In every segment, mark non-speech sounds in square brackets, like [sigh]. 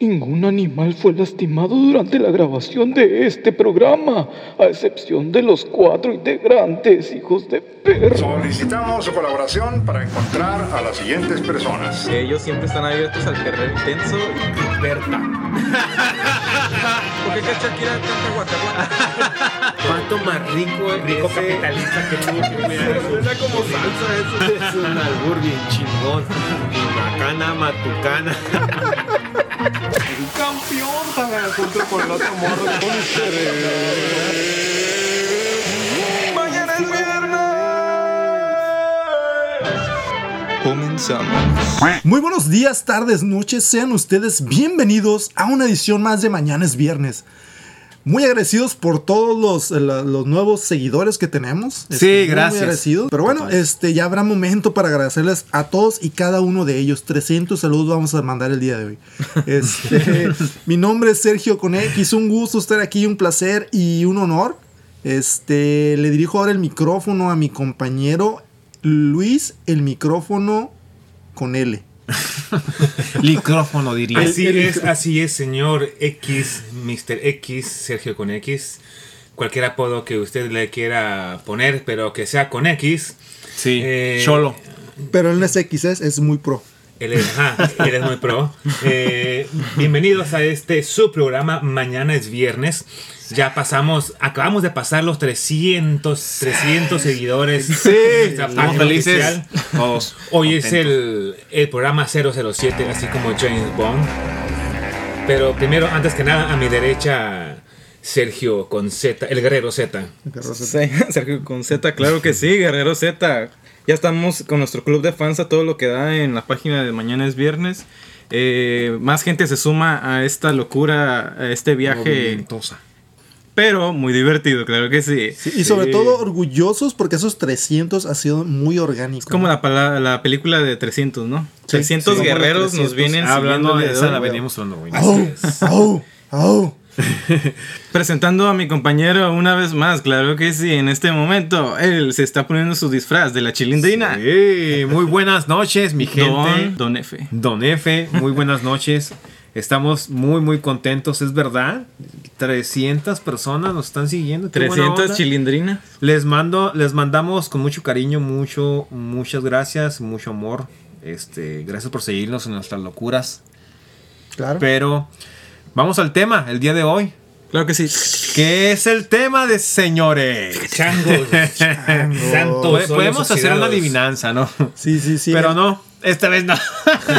Ningún animal fue lastimado durante la grabación de este programa, a excepción de los cuatro integrantes, hijos de perro. Solicitamos su colaboración para encontrar a las siguientes personas. Ellos siempre están abiertos al perreo intenso y Berta. ¿Por qué que Shakira canta guacaguana? ¿Cuánto más rico es Rico ese- capitalista que tuvo que cuidar eso. Suena como salsa eso. Es un albur bien chingón. Minacana, matucana. Un campeón también junto con el otro morro con ustedes. Mañana es viernes. Comenzamos. [laughs] Muy buenos días, tardes, noches, sean ustedes bienvenidos a una edición más de Mañana es Viernes. Muy agradecidos por todos los, eh, la- los nuevos seguidores que tenemos. Este, Sí, muy, gracias. Muy agradecidos. Pero bueno, este, ya habrá momento para agradecerles a todos y cada uno de ellos. 300 saludos vamos a mandar el día de [laughs] hoy. Este, mi nombre es Sergio Con X. Un gusto estar aquí, un placer y un honor. Este, le dirijo ahora el micrófono a mi compañero Luis, el micrófono con L. Micrófono, diría. Así es, así es, señor X, Mr. X, Sergio con X. Cualquier apodo que usted le quiera poner, pero que sea con X. Sí, Eh, cholo. Pero el NSX es, es muy pro. Él es, ajá, él es muy pro. Eh, bienvenidos a este su programa. Mañana es viernes. Ya pasamos, acabamos de pasar los 300, 300 seguidores. en nuestra Estamos página felices. oficial. Todos. Hoy es contentos. el, el programa 007, así como James Bond. Pero primero, antes que nada, a mi derecha, Sergio con Z, el guerrero Z. Sí, [laughs] Sergio con Z, claro que sí, Guerrero Z. Ya estamos con nuestro club de fans a todo lo que da en la página de Mañana es Viernes. Eh, más gente se suma a esta locura, a este viaje, Movimientosa. pero muy divertido, claro que sí. Sí, y sobre Sí. todo orgullosos porque esos 300 ha sido muy orgánico. Es como la, pala- la película de 300, ¿no? 300 sí, como la guerreros 300. nos vienen Ah, Hablando siguiendo de el esa, dedo, la güey. venimos hablando, güey. ¡Au! ¡Au! ¡Au! Presentando a mi compañero una vez más, claro que sí, en este momento él se está poniendo su disfraz de la chilindrina. Sí, muy buenas noches, mi gente. Don, Don F. Don F, muy buenas noches. Estamos muy, muy contentos, es verdad. 300 personas nos están siguiendo. qué buena 300 onda. chilindrinas. Les mando, les mandamos con mucho cariño, mucho, muchas gracias, mucho amor. Este, gracias por seguirnos en nuestras locuras. Claro. Pero vamos al tema el día de hoy. Claro que sí. ¿Qué es el tema de señores? [laughs] Changos. Santos. Pod- soles Podemos hacer una oxidados. adivinanza, ¿no? sí, sí, sí. [laughs] Pero no, esta vez no.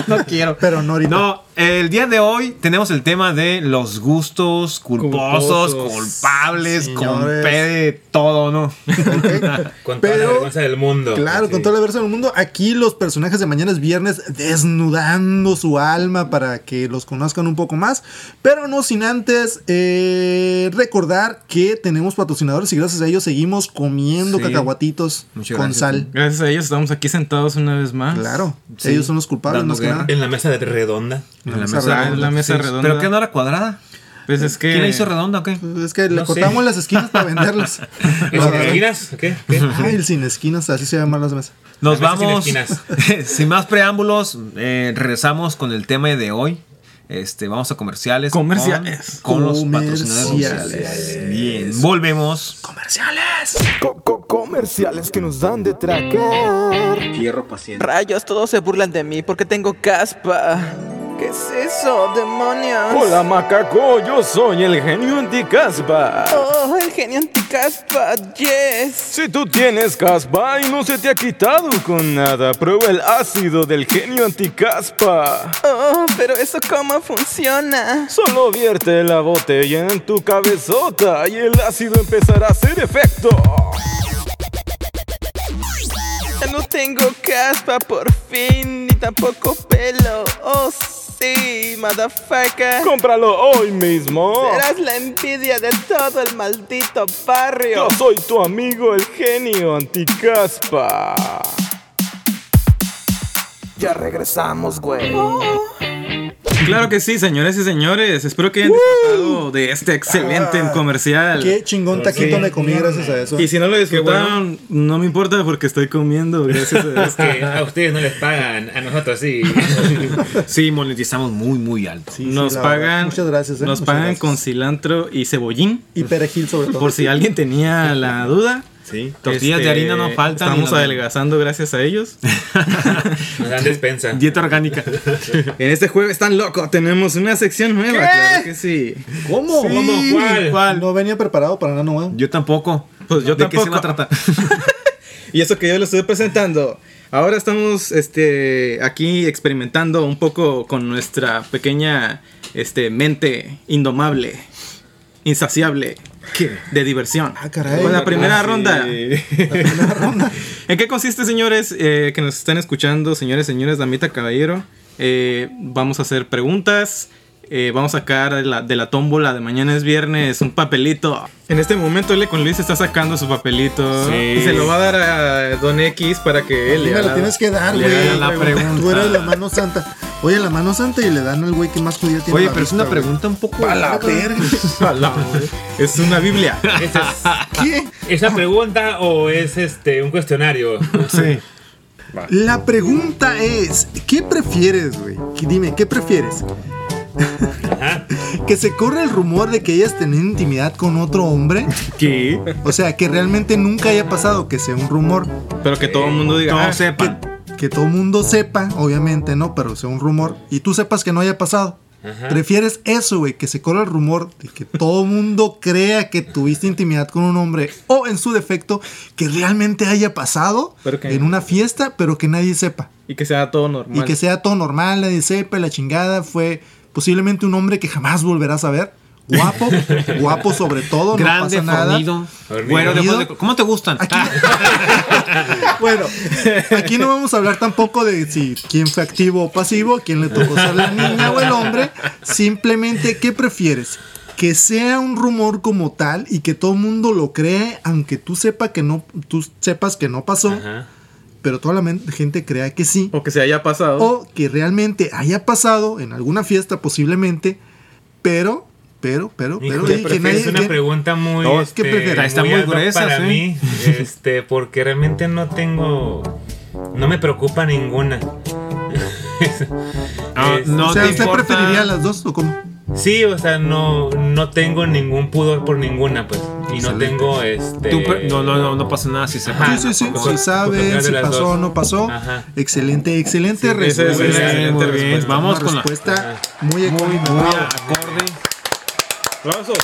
no quiero. Pero no ahorita. No, el día de hoy tenemos el tema de los gustos culposos, Culposos, culpables, con señores. P de todo, ¿no? Ok. [laughs] Con toda la Pero, vergüenza del mundo. claro, con Sí. toda la vergüenza del mundo, aquí los personajes de Mañana es Viernes desnudando su alma para que los conozcan un poco más. Pero no sin antes eh, recordar que tenemos patrocinadores y gracias a ellos seguimos comiendo Sí. cacahuatitos Muchas con gracias. Ah, sal. Gracias a ellos estamos aquí sentados una vez más. Claro, Sí. ellos son los culpables Dando más que guerra. nada. En la mesa de redonda. En mesa redonda. La mesa redonda. ¿Pero qué no era cuadrada? Pues es que. ¿Quién la hizo redonda o qué? Es que le No sé. cortamos las esquinas para venderlas. [laughs] ¿En La verdad. esquinas? ¿Qué? ¿Qué? [laughs] Ay, el sin esquinas, así se llaman las mesas. Nos La mesa sin vamos. [laughs] esquinas. sin más preámbulos, eh, regresamos con el tema de hoy. Este, vamos a comerciales. con- Comerciales. Con, los Comerciales. patrocinadores oficiales. Bien. Volvemos. Co- co- comerciales que nos dan de tragar. Rayos, todos se burlan de mí porque tengo caspa. ¿Qué es eso, demonios? Hola macaco, yo soy el genio anticaspa. Oh, el genio anticaspa, yes. Si tú tienes caspa y no se te ha quitado con nada, prueba el ácido del genio anticaspa. Oh, pero eso cómo funciona. Solo vierte la botella en tu cabezota y el ácido empezará a hacer efecto. Ya no tengo caspa por fin, ni tampoco pelo. Oh, sí, motherfucker. Cómpralo hoy mismo. Serás la envidia de todo el maldito barrio. Yo soy tu amigo el genio anticaspa. Ya regresamos, güey. Claro que sí, señores y señores. Espero que hayan Uh. disfrutado de este excelente Ah, comercial. Qué chingón taquito me comí gracias a eso. Y si no lo disfrutaron, no me importa porque estoy comiendo. Gracias a Es que a ustedes no les pagan, a nosotros sí. Sí, monetizamos muy, muy alto. Sí, sí, nos la verdad. pagan, Muchas gracias. eh, nos muchas pagan gracias. con cilantro y cebollín. Y perejil sobre todo. Por si alguien [laughs] tenía la duda. Sí. Tortillas de harina no faltan. Este, Estamos y la- adelgazando gracias a ellos. Nos dan despensa. Dieta orgánica. [laughs] en este juego están loco. Tenemos una sección nueva. Claro que sí. ¿Cómo? ¿Cómo? ¿Cuál? No venía preparado para nada nuevo. Yo tampoco. Pues yo ¿De qué se va tampoco. a tratar? Y eso que yo lo estuve presentando. Ahora estamos este, aquí experimentando un poco con nuestra pequeña este, mente indomable, insaciable, de diversión. Ah, caray. con la primera Ah, sí. ronda. [laughs] ¿En qué consiste, señores eh, que nos están escuchando, señores, señores, damita, caballero? Eh, vamos a hacer preguntas. eh, vamos a sacar de la, de la tómbola de mañana es viernes un papelito. En este momento, L con Luis está sacando su papelito. Sí. Y se lo va a dar a Don X para que él Sí, le me haga la tienes que dar, le güey. hagan la pregunta. Tú eres la mano santa. Oye, la mano santa y le dan al güey que más judía tiene. Oye, la pero es vista, una güey. pregunta un poco. A la verga. Es una [laughs] Biblia. Esa ¿Qué? es, ¿Es una pregunta o es este un cuestionario? Sí. La pregunta es: ¿qué prefieres, güey? Que- Dime, ¿qué prefieres? Ajá. ¿Que se corra el rumor de que hayas tenido intimidad con otro hombre? ¿Qué? O sea, que realmente nunca haya pasado, que sea un rumor. Pero que todo el mundo diga. No "Ah, sepan. Que todo mundo sepa, obviamente, ¿no? Pero sea un rumor. Y tú sepas que no haya pasado. ¿Prefieres eso, güey? Que se corra el rumor de que todo mundo crea que tuviste intimidad con un hombre. O, en su defecto, que realmente haya pasado Pero que- en una fiesta, pero que nadie sepa. Y que sea todo Y normal. que sea todo normal, nadie sepa, la chingada. Fue posiblemente un hombre que jamás volverás a ver. [laughs] Guapo, guapo sobre todo, no Grande, pasa nada. fornido. Fornido. Bueno, de ojos de- Fornido. ¿Cómo te gustan? Aquí- [laughs] Ah, Bueno, aquí no vamos a hablar tampoco de si quién fue activo o pasivo, quién le tocó ser la niña o el hombre. Simplemente, ¿qué prefieres? Que sea un rumor como tal y que todo el mundo lo cree, aunque tú sepa que no, tú sepas que no pasó, Ajá. pero toda la men- gente crea que sí. O que se haya pasado. O que realmente haya pasado en alguna fiesta posiblemente, pero, pero, pero, pero, Híjole, y que prefiero- nadie- es una que- pregunta muy. No, este, ¿qué prefieres? Está muy ¿eh? alta gruesa, Para sí. [laughs] mí, este, porque realmente no tengo. No me preocupa ninguna. Ah, Este, no o sea, te ¿usted importa. preferiría las dos o cómo? Sí, o sea, no, no tengo ningún pudor por ninguna, pues. Y no Excelente. tengo este. Tú pre- no, no, no, no pasa nada si Ajá. sepan. Sí, sí, sí. tampoco. Si saben Porque si de las pasó o dos. no pasó. Ajá. Excelente, excelente esa respuesta. es una Muy bien, excelente muy bien. respuesta. Vamos. Una con la- respuesta muy económica. Muy Bravo. acorde. Aplausos.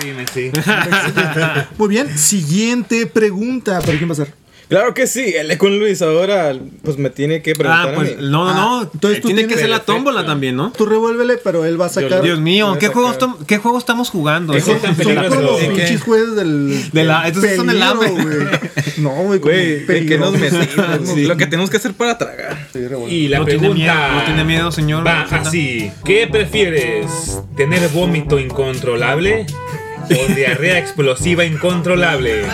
Sí, sí. [laughs] Muy bien, siguiente pregunta. ¿Pero quién va a ser? Claro que sí. L con Luis ahora pues me tiene que preguntar. Ah, pues a mí. no, no, no. Ah, entonces tú tiene que tienes ser la perfecto. tómbola también, ¿no? Tú revuélvele, pero él va a sacar. Dios mío, ¿qué Sacar. juego, estam- ¿qué juego estamos jugando? Eso eh? [laughs] tan Son peligroso. con los ¿De qué? pinches jueces del. De la- del estos son del peligro, hambre. güey. No, güey, como Güey, ¿de qué nos peligro. [laughs] metimos? Lo que tenemos que hacer para [laughs] tragar. Sí, revuélvele. Y la No tiene pregunta. miedo, no tiene miedo, señor. Va Santa. así. ¿Qué prefieres? ¿Tener vómito incontrolable? ¿O diarrea [laughs] explosiva incontrolable?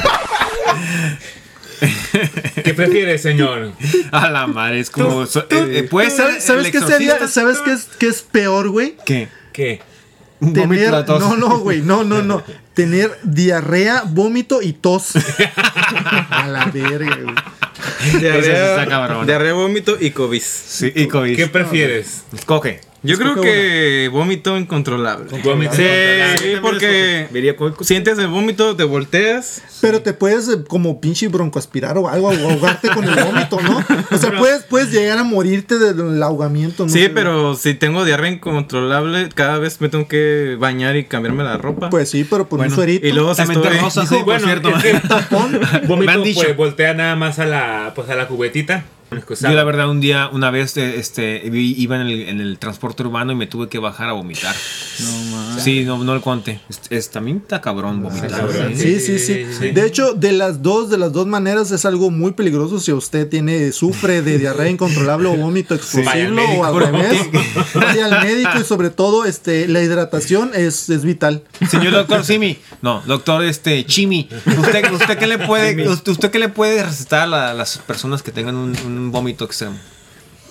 ¿Qué prefieres, señor? [laughs] A la madre, es como. so- eh, eh, puede ser. ¿Sabes, sabes el qué sería? exorcista? ¿Sabes qué es, qué es peor, güey? ¿Qué? ¿Qué? Un vómito Tener, de tos. no, no, güey, no, no, no. Tener diarrea, vómito y tos. A la verga, güey. está cabrón. diarrea, vómito y COVID. Sí, y COVID. ¿Qué prefieres? Escoge. Yo creo que vómito incontrolable. Vómito Sí, incontrolable. porque Vería cuál- sientes el vómito, te volteas. Pero te puedes eh, como pinche broncoaspirar o algo, o ahogarte con el vómito, ¿no? O sea, puedes, puedes llegar a morirte del ahogamiento, ¿no? Sí, sé, pero si tengo diarrea incontrolable, cada vez me tengo que bañar y cambiarme la ropa. güey. Pues sí, pero por Bueno, un suerito. y luego si También te estoy- rosa, Dijo, sí, por bueno, cierto. es [laughs] que- Tapón. Me Vómito han dicho. pues voltea nada más a la pues a la cubetita. Yo la verdad un día, una vez, eh, este, vi- iba en el, en el transporte urbano y me tuve que bajar a vomitar. No mames. Sí, no, no el cuente. Es, es- también está cabrón vomitar. cabrón. sí. Sí, sí, sí. De hecho, de las dos, de las dos maneras es algo muy peligroso si usted tiene, sufre de diarrea incontrolable o vómito Vaya explosivo al médico, o al bro. revés. Vaya al médico y sobre todo, este, la hidratación es, es vital. Señor doctor Simi, no, doctor este Chimi, ¿usted, usted qué le puede, usted, usted qué le puede recetar a la- las personas que tengan un, un vómito extremo?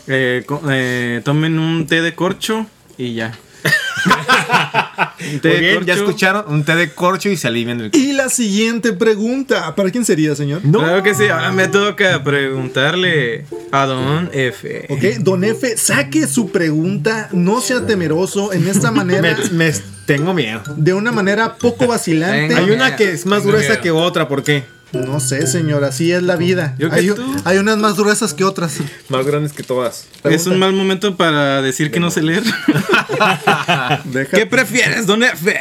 Eh, co- eh, tomen un té de corcho y ya. [laughs] Muy bien, ya escucharon un té de corcho y se alivian el Y la siguiente pregunta, ¿para quién sería, señor? Claro que sí, ahora me toca preguntarle a Don F. Ok, don F, saque su pregunta, no sea temeroso en esta manera, Me tengo miedo. de una manera poco vacilante. Tengo Hay una miedo. que es más Tengo gruesa miedo. que otra, ¿por qué? No sé, señor, así es la vida. Yo que Hay, tú. hay unas más gruesas que otras. Más grandes que todas. Es un mal momento para decir que no sé leer. [laughs] Deja- ¿Qué prefieres, Don F?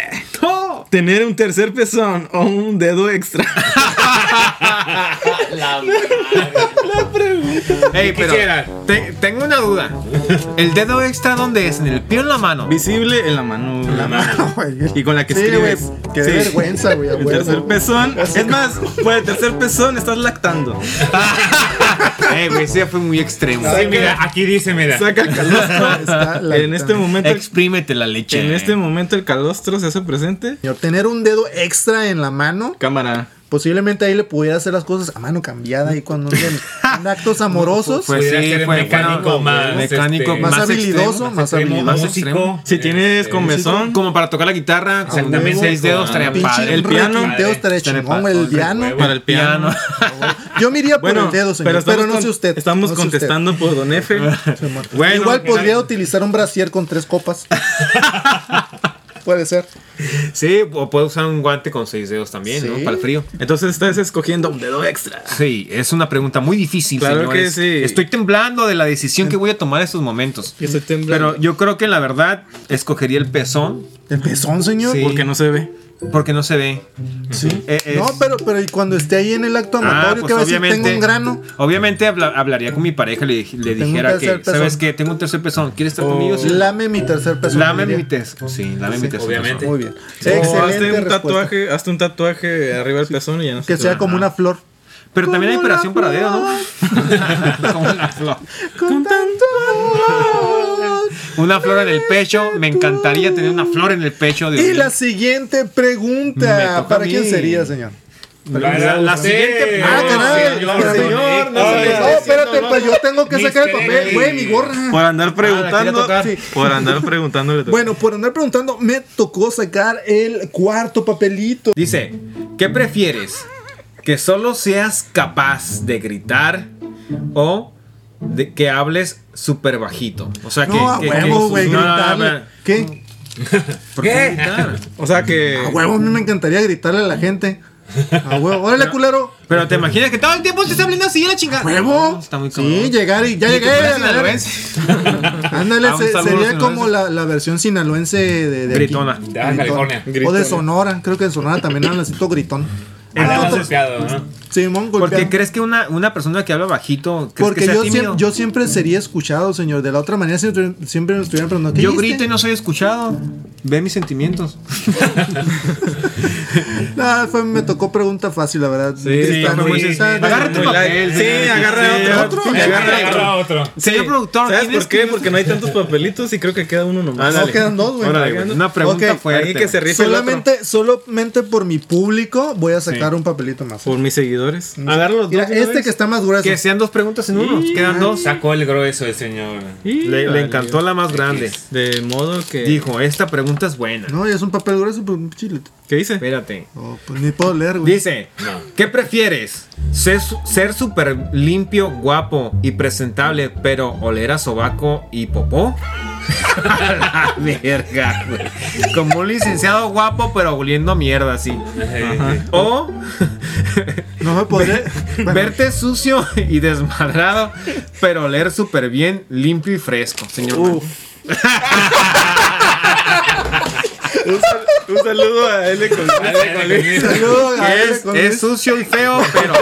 ¿Tener un tercer pezón o un dedo [laughs] extra? Ey, pero quisiera? te- tengo una duda. ¿El dedo extra dónde es? ¿En el pie o en la mano? Visible en la mano. [laughs] Y con la que Sí, escribes. güey, qué Sí. vergüenza, güey. a [laughs] El huevo. tercer pezón. Es más, por el tercer pezón estás lactando. [laughs] Ey, Eh, güey, ese ya fue muy extremo. Sí, mira, aquí dice, mira. Saca el Está calostro. En lactando. este momento. el- Exprímete la leche. En este momento el calostro se hace presente. Señor, tener un dedo extra en la mano, Cámara. posiblemente ahí le pudiera hacer las cosas a mano cambiada y [laughs] cuando anden en actos amorosos. Pues Pudiera sí, ser el fue- mecánico fueron- más, mecánico este, más, más habilidoso, extremo, más Extremo, habilidoso. Ah, músico. Si tienes comezón. Como para tocar la guitarra, Exactamente. exactamente. Seis dedos estaría Pinche padre. El piano. requinteo estaría Estaría chingón, padre. güey, el piano. Para el [laughs] piano. Yo me iría por Bueno, el dedo, señor, pero pero, estamos, no con- sé usted. estamos no sé usted. contestando por Don [laughs] F. Bueno, Igual que- podría utilizar un brasier con tres [laughs] copas. Puede ser. Sí, o puedo usar un guante con seis dedos también, Sí. ¿no? Para el frío. Entonces estás escogiendo un dedo extra. Sí, es una pregunta muy difícil, Claro señores. que sí. Estoy temblando de la decisión que voy a tomar en estos momentos. Pero yo creo que la verdad escogería el pezón ¿El pezón, señor? Sí. Porque no se ve. porque no se ve. Sí. Eh, es- No, pero, pero y cuando esté ahí en el acto Ah, amatorio, pues que va a decir, obviamente- tengo un grano. Obviamente habla- hablaría con mi pareja, le, dij- le Tengo un dijera que, tercer pezón. ¿sabes qué? Tengo un tercer pezón, ¿quieres estar conmigo? Sí. Lame mi tercer pezón. Lame diría. mi tercer Sí, lame mi tercer Oh, obviamente. pezón. Muy bien. O Oh, hazte Excelente un respuesta. tatuaje, hazte un tatuaje arriba del pezón y ya no se Que te sea ve. como una flor. Pero también hay Como la operación para dedo, ¿no? [laughs] Como la flor. Con tanto amor. Una flor en el pecho, me encantaría tener una flor en el pecho. Dios Y mío. la siguiente Me pregunta. toca ¿Para a mí. quién sería, señor? Para la usted, siguiente- Ah, caray. señor, Perdón. señor, no se Ay, le no, está espérate, diciendo, pues no. yo tengo que Ni sacar el se le papel. ve. Güey, mi gorra. Por andar preguntando. quería tocar. Sí. Por andar preguntándole. Bueno, por andar preguntando, me tocó sacar el cuarto papelito. Dice, ¿qué prefieres? ¿Que solo seas capaz de gritar o de que hables súper bajito? O sea, que... No, a Ah, que- huevo, que- güey, no, no, no, gritarle. no, ¿Qué? ¿Por qué gritar? o sea [laughs] que. A huevo, a mí me encantaría gritarle a la gente. A [laughs] huevo, órale, culero. Pero te imaginas que todo el tiempo te está hablando así a la chingada. ¡Huevo! No, está muy cabrón. sí, llegar y ya Ni llegué. que fuera a la verga. sinaloense. Ándale, [laughs] Ah, un se- saludo sería sinaloense. como la, la versión sinaloense de, de aquí. Gritona. De Baja California. O de Sonora, creo que en Sonora también hablan así todo gritón. Andaba Ah, otro- golpeado, ¿no? Simón ¿Por golpeado. qué crees que una, una persona que habla bajito, crees Porque que sea yo, tímido? siempre, yo siempre sería escuchado, señor. De la otra manera siempre, siempre me estuvieran preguntando. ¿qué Yo dijiste? grito y no soy escuchado. Ve mis sentimientos. [laughs] Nah, fue- me tocó pregunta fácil, la verdad. Sí, sí, Está fue muy- muy está- sencillo. está- Agárrate Muy papel, light. señor. Sí, agarra otro. otro. Sí, Agarra otro. Agarra Ah, otro. Señor productor, ¿Sabes ¿tienes por qué? que- Ah, Porque no hay tantos papelitos y creo que queda uno nomás. No, quedan dos, güey. Órale, güey, Una pregunta Ok, fuerte. Ahí que se rife el otro. Solamente, solamente por mi público voy a sacar un papelito más. Por mis seguidores. Agarra los dos Mira, de una este vez. que está más grueso. Que sean dos preguntas en uno. Quedan dos. Sacó el grueso el señor. Le, le encantó la más grande. De modo que. Dijo, esta pregunta es buena. No, es un papel grueso, pero un chile. ¿Qué hice? Espérate. Oh, pues ni puedo leer, güey. Dice, ¿qué prefieres? Ser, su- ser súper limpio, guapo y presentable, pero oler a sobaco y popó. [laughs] a la verga, güey. Como un licenciado guapo, pero oliendo a mierda así. O No me podré. [laughs] Bueno, verte sucio y desmadrado, pero oler súper bien, limpio y fresco, señor. Un saludo a él con saludo a Es, Gabriel es Conde. sucio y feo, pero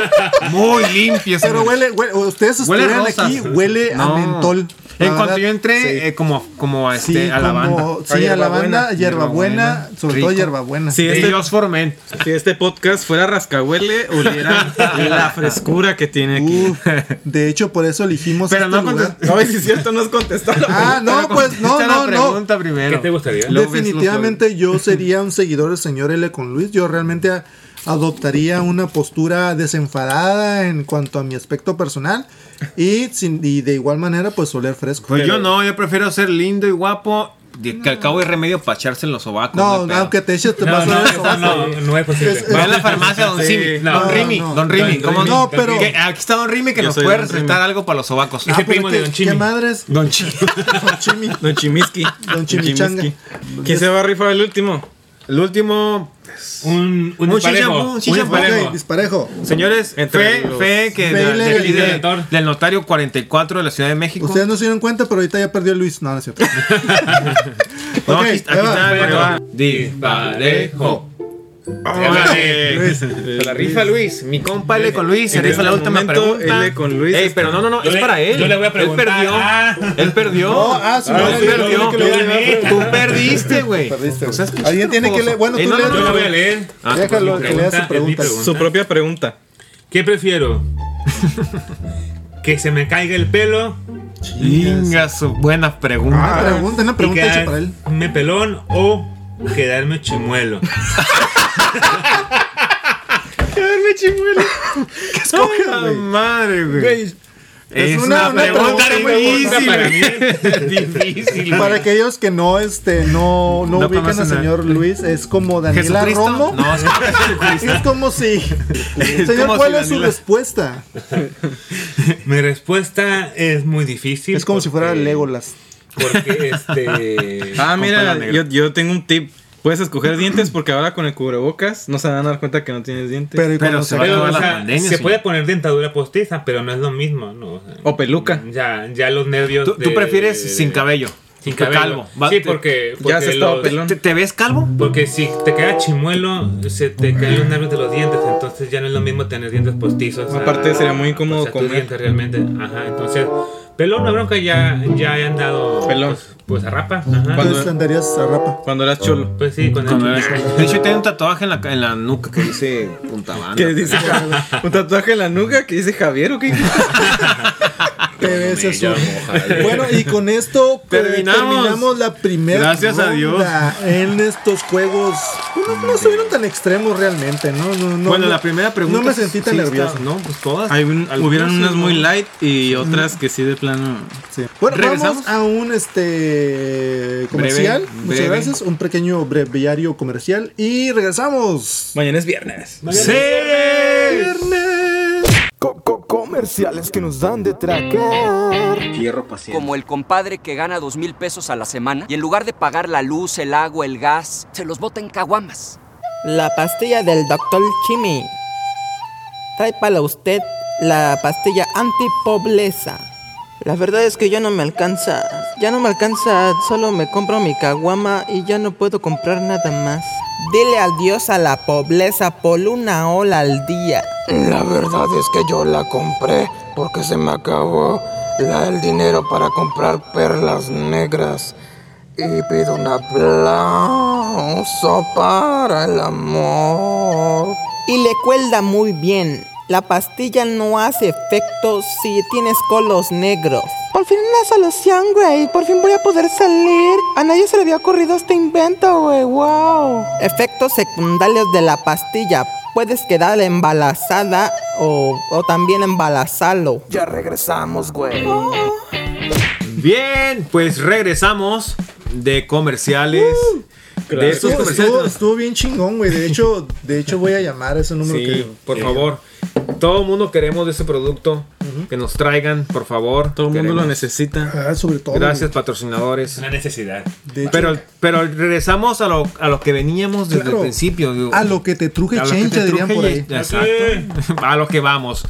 muy limpio. Pero señor. huele, huele, ustedes Huele a estuvieran rosas. aquí, huele No. a mentol. La En cuanto verdad, yo entré, sí. eh, como, como a, este, Sí, a la banda. como- sí, a la banda, hierbabuena, hierbabuena, sobre todo rico. hierbabuena. Sí, Y este, Dios formen. si este podcast fuera rascahuele, hubiera [laughs] la frescura que tiene aquí. Uf, de hecho, por eso elegimos Pero este no lugar. contest- [laughs] No, y si es cierto, no has contestado. Ah, no, [laughs] pues no, Esta no, la no. pregunta primero. ¿Qué te gustaría? Luego ves los Definitivamente yo sería un seguidor del señor L con Luis. Yo realmente a- adoptaría una postura desenfadada en cuanto a mi aspecto personal y, sin, y de igual manera pues oler fresco. Pues yo no, yo prefiero ser lindo y guapo de- que al cabo hay remedio para echarse en los sobacos. No, hay pedo. aunque te eches, te No, vas a no, ver eso no, no es posible. Es- Va a Vale. la farmacia Don [laughs] Sí, Simi. no, don no, Rimi, no. don Rimi, Don ¿cómo Rimi, No, pero- Ah, Que aquí está Don Rimi que Yo nos soy puede don Rimi. recetar algo para los sobacos. Es el primo de Don Chimi. ¿Qué [laughs] madres? Don Chimi. Don Chimi. Don Chimiski. Don Chimichanga. ¿Quién se va a rifar el último? El último. Un, un, Un parejo, shishabu, un shishabu. parejo. Ok, disparejo. Señores, Entre fe, los- fe que Fe y del- ley. del- Ley del del- notor. del notario 44 de la Ciudad de México. Ustedes no se dieron cuenta, pero ahorita ya perdió Luis. No, no es cierto. [laughs] No, Ok, aquí, aquí ahí va. está el Ahí va. cuento. Disparejo. Luis. Se la rifa Luis. Mi compa L con Luis. Se En rifa el la última momento, pregunta. L con Luis Ey, está- pero no, no, no. Yo Es le- para él. yo le voy a preguntar. Él perdió. Ah. Él perdió. No, ah, sí, Él no, yo le digo perdió. que lo gané. Tú perdiste, güey. Perdiste, O sea, es güey. pinche Alguien tiene que tramposo. leer- bueno, Ey, tú no, no, léelo. no, Yo la voy a no. leer. Ah, Déjalo mi que lea su pregunta, es mi pregunta. pregunta. Su propia pregunta. ¿Qué prefiero? ¿Que se me caiga el pelo Chinga su buena Una pregunta. pregunta, una y pregunta hecha para él. quedarme pelón o quedarme chimuelo? Ah, madre, güey. Es una- una pregunta muy Para mí, difícil. Para aquellos que no, este, no, no, No ubican al conocen a- señor Luis, es como Daniela ¿Jesucristo? Romo. No, [laughs] es Es como si. Señor, como ¿cuál si es su Daniela- respuesta? mi respuesta es muy difícil. Es como si fuera porque- Legolas. [laughs] Porque este. Ah, mira, pelo negro. yo, yo tengo un tip. Puedes escoger dientes porque ahora con el cubrebocas no se van a dar cuenta que no tienes dientes. Pero, ¿y cuando Pero se se va a Pero, acabar la o sea, pandemia. se señor. puede poner dentadura postiza, pero no es lo mismo, ¿no? O, sea, o peluca. ya, ya los nervios. Este, ¿Tú, tú de- prefieres de- sin cabello? Sin Tú cabello. Calvo. Va- sí, te- porque. Ya has porque estado los- pelón. ¿Te, te ves calvo? Porque si te queda chimuelo, se te caen los nervios de los dientes, entonces ya no es lo mismo tener dientes postizos. a- Aparte, sería muy incómodo o sea, tus comer. dientes realmente. Ajá, entonces, pelón, la bronca ya, ya he andado. Pelón. Pues, pues a rapa. Ajá. ¿Cuándo? Entonces andarías a rapa. Cuando eras cholo. Pues sí, cuando. Cuando eres- De hecho, tiene un tatuaje en la, en la nuca que dice puntabanda. Que dice [laughs] un tatuaje en la nuca que dice Javier o qué. Pero ese es otro. [laughs] Bueno, y con esto pues, Terminamos. terminamos la primera. Gracias a ronda En estos juegos Pues no, no estuvieron tan extremos realmente, ¿no? No, no, bueno, no. la primera pregunta. No me sentí tan sí está- nervioso. No, pues todas. Hay un- algunas hubieron sí, unas ¿no? muy light y otras que sí de plano. Sí. Bueno, ¿Regresamos? vamos a un este comercial. Breve, Muchas breve. gracias. Un pequeño breviario comercial. Y regresamos. Mañana es viernes. ¡Sí! comerciales que nos dan de tragar. Como el compadre que gana dos mil pesos a la semana y en lugar de pagar la luz, el agua, el gas, se los bota en caguamas. La pastilla del Dr. Chimi. Trae para usted la pastilla antipobreza. La verdad es que ya no me alcanza. Ya no me alcanza. Solo me compro mi caguama y ya no puedo comprar nada más. Dile adiós a la pobreza por una ola al día. La verdad es que yo la compré porque se me acabó la- el dinero para comprar perlas negras. Y pido un aplauso para el amor. Y le cuelda muy bien. La pastilla no hace efecto si tienes colos negros. Por fin una solución, güey. Por fin voy a poder salir. A nadie se le había ocurrido este invento, güey. Wow. Efectos secundarios de la pastilla. Puedes quedar embarazada o, o también embarazarlo. Ya regresamos, güey. Bien, pues regresamos de comerciales. De estos Estuvo, comerciales. estuvo- estuvo bien chingón, güey. De hecho, de hecho voy a llamar a ese número Sí, que por favor. Todo el mundo queremos de ese producto. Que nos traigan, por favor. Todo el mundo lo Queremos. necesita. Ah, sobre todo. Gracias, patrocinadores. Es una necesidad. güey. De hecho, Pero, pero regresamos a lo, a lo que veníamos desde Claro. el principio. digo. a lo que te truje A lo que te chencha, dirían truje por y- ahí. Exacto. [laughs] A lo que vamos.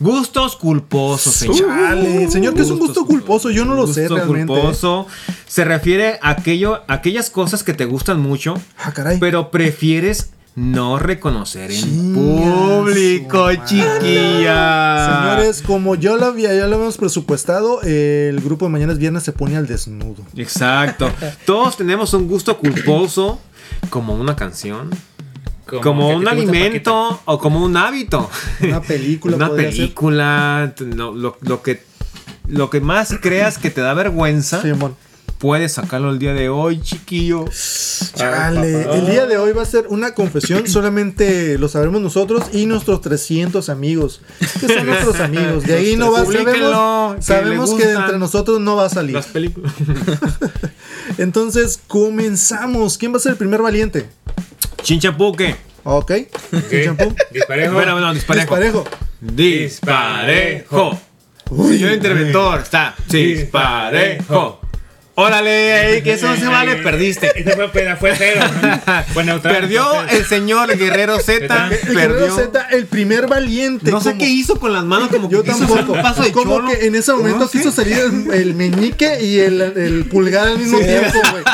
Gustos culposos, señor. Chale, Uh, señor, que es un gusto culposo, yo no lo sé Gusto realmente. ¿eh? culposo se refiere a aquello, aquellas cosas que te gustan mucho, Ah, caray. pero prefieres no reconocer en Chinga su público, madre. chiquilla. Señores, como yo lo había, ya lo habíamos presupuestado, el grupo de mañana es viernes se pone al desnudo. Exacto. Todos tenemos un gusto culposo, como una canción, como, que un te gusta Paquita. alimento o como un hábito. [laughs] Una película Una podría ser. película, no, lo, lo que, lo que más creas que te da vergüenza, Simón. puedes sacarlo el día de hoy, chiquillo. Chale, el día de hoy va a ser una confesión, [laughs] solamente lo sabremos nosotros y nuestros 300 amigos, que [laughs] son nuestros amigos. De ahí no va Publíquenlo, sabemos, que le sabemos que gustan. entre nosotros no va a salir. Las películas. Entonces, comenzamos. ¿Quién va a ser el primer valiente? Chinchapuque. Ok. Chinchampú. Disparejo. Bueno, [laughs] no, disparejo. Disparejo. Disparejo. Señor interventor, está. Disparejo. Órale, ey, que eso no se vale, perdiste. Ese fue, pero fue cero. ¿no? Fue neutral. Perdió el señor Guerrero Z. El guerrero Perdió. Z, el primer valiente. No sé como- qué hizo con las manos, como que Yo quiso hacer tampoco. un paso de como cholo. que en ese momento No sé. quiso salir el, el meñique y el, el pulgar al mismo tiempo, [laughs] güey.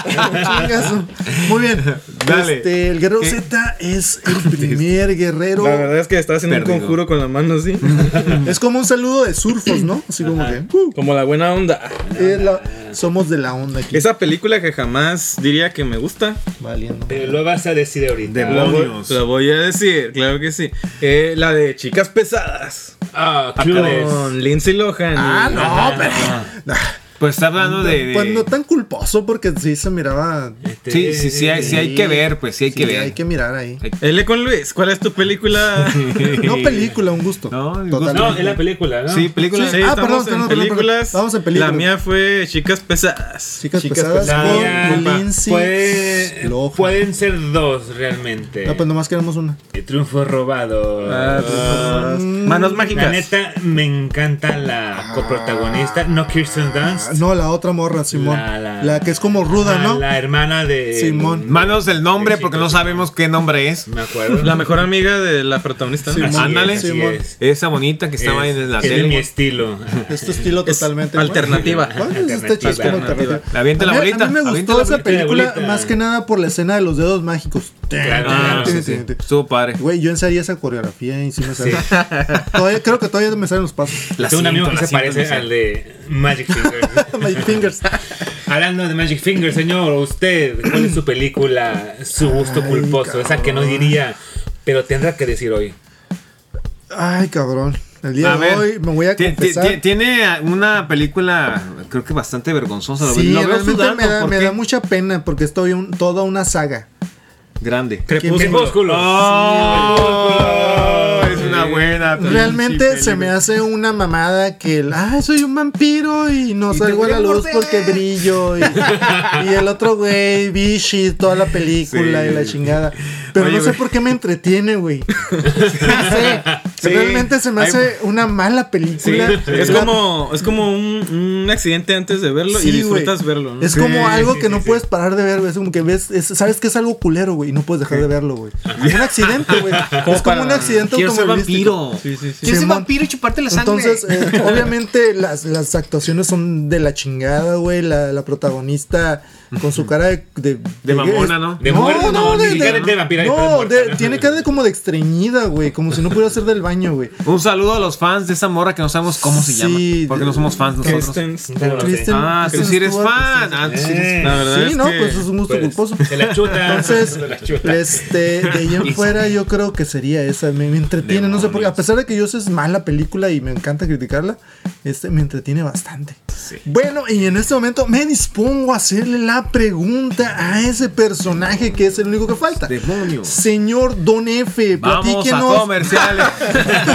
Chingazo. Muy bien. Dale. Este, el guerrero ¿Qué? Z [laughs] es el primer guerrero. La verdad es que estaba haciendo Perdido. un conjuro con la mano [laughs] así. Es como un saludo de surfos, ¿no? Así como que. uh, Como la buena onda. eh, la- somos de la onda aquí. Esa película que jamás diría que me gusta. Valiendo. Pero eh, lo vas a decir ahorita. La voy, Demonios. la voy a decir, claro que sí. Eh, la de Chicas Pesadas. Ah, clubes. Con Lindsay Lohan. y- Ah, no, pero. Pues está hablando de. de- Pues no tan culposo porque sí se miraba. Este, Sí, sí, sí, hay, sí hay que ver, pues sí hay que sí, ver. Hay que mirar ahí. L con Luis, ¿cuál es tu [laughs] película? No película, un gusto. No, un gusto. Totalmente. No, es la película, ¿no? Sí, película. Sí, Ah, estamos perdón, en perdón, perdón, películas. perdón. Vamos en películas. La mía fue Chicas Pesadas. Chicas, pesadas, pesadas. con Lindsay Puede- Lohan. pueden ser dos realmente. No, pues nomás queremos una. Mm, Triunfo robado. Ah, Manos mágicas. La neta, me encanta la coprotagonista, no Kirsten Dunst. Ah, No, la otra morra, Simón. La, La- la- que es como ruda, Ah, ¿no? La hermana de Simón. Manos del nombre, porque no sabemos qué nombre es. Me acuerdo. La mejor amiga de la protagonista. ¿no? Así Ándale. es, así Simón. es. Esa bonita que estaba ahí Es- en la es de mi tele. Ah, estilo. Es tu Este estilo Es totalmente. alternativa. Bueno, bueno, eso está chido, es este como Alternativa. alternativa. La avienta la A mí- bolita. A mí me Avienta gustó la esa bolita. película Avienta la bolita. más que nada por la escena de los dedos mágicos. Claro. Ah, sí, sí. Estuvo padre. Güey, yo ensayé esa coreografía y sí me salió. Todavía- creo que todavía me salen los pasos. [laughs] La Tengo un amigo siento, que la se siento, parece la al de Magic Fingers. [laughs] My fingers. Hablando de Magic Fingers, señor, usted, ¿cuál es su película, su gusto Ay, culposo? Esa que no diría, pero tendrá que decir hoy. Ay, cabrón. El día A de ver, hoy me voy a ti- ti- confesar. ti- Tiene una película, creo que bastante vergonzosa. Lo Sí, lo veo realmente sudando, me da, ¿por me qué? da mucha pena porque estoy un, toda una saga. grande. Crepúsculo. Oh, es una buena. Realmente se me hace una mamada que el, ah, soy un vampiro y no salgo a la luz porque brillo. Y, y el otro güey, Vichy, toda la película Sí. y la chingada. Pero Oye, no sé güey. por qué me entretiene, güey. No sé. Sí. Realmente se me Hay- hace una mala Sí, película. es como, es como un, un accidente antes de verlo Sí, y disfrutas güey. verlo. ¿no? Es Sí. como algo que sí, no sí. puedes parar de ver, güey. Es como que ves, es- sabes que es algo culero, güey, y no puedes dejar de verlo, güey. Es un accidente, güey. Es como para- un accidente Quiero ser automovilístico. vampiro. Sí, sí, sí. Quiero ser Simón. vampiro y chuparte la sangre. Entonces, [laughs] eh, obviamente las, las actuaciones son de la chingada, güey. La, la protagonista con su cara de... De, de- mamona, ¿no? De muerta, no, de, ni de- cara de vampira, no, pero de muerta, de- ¿no? tiene cara de como de estreñida, güey. Como si no pudiera ser del baño, güey. Un saludo a los fans de esa morra que no sabemos cómo se Sí, llama. Porque no somos fans nosotros. Kristen Stewart. No lo sé. Kristen- Ah, tú Kristen sí eres Stewart, fan. Kristen- Ah, tú sí eres- La verdad Eh, Sí, es no, que- pues es un gusto Pues, culposo. se la chuta. Entonces, se la chuta. este, de ahí en fuera yo creo que sería esa. Me, me entretiene, no sé por qué. A pesar de que yo sé es mala película y me encanta criticarla, este, me entretiene bastante. Bueno, y en este momento me dispongo a hacerle la pregunta a ese personaje que es el único que falta. Demonio. Señor Don F, Vamos a platíquenos. comerciales. [laughs]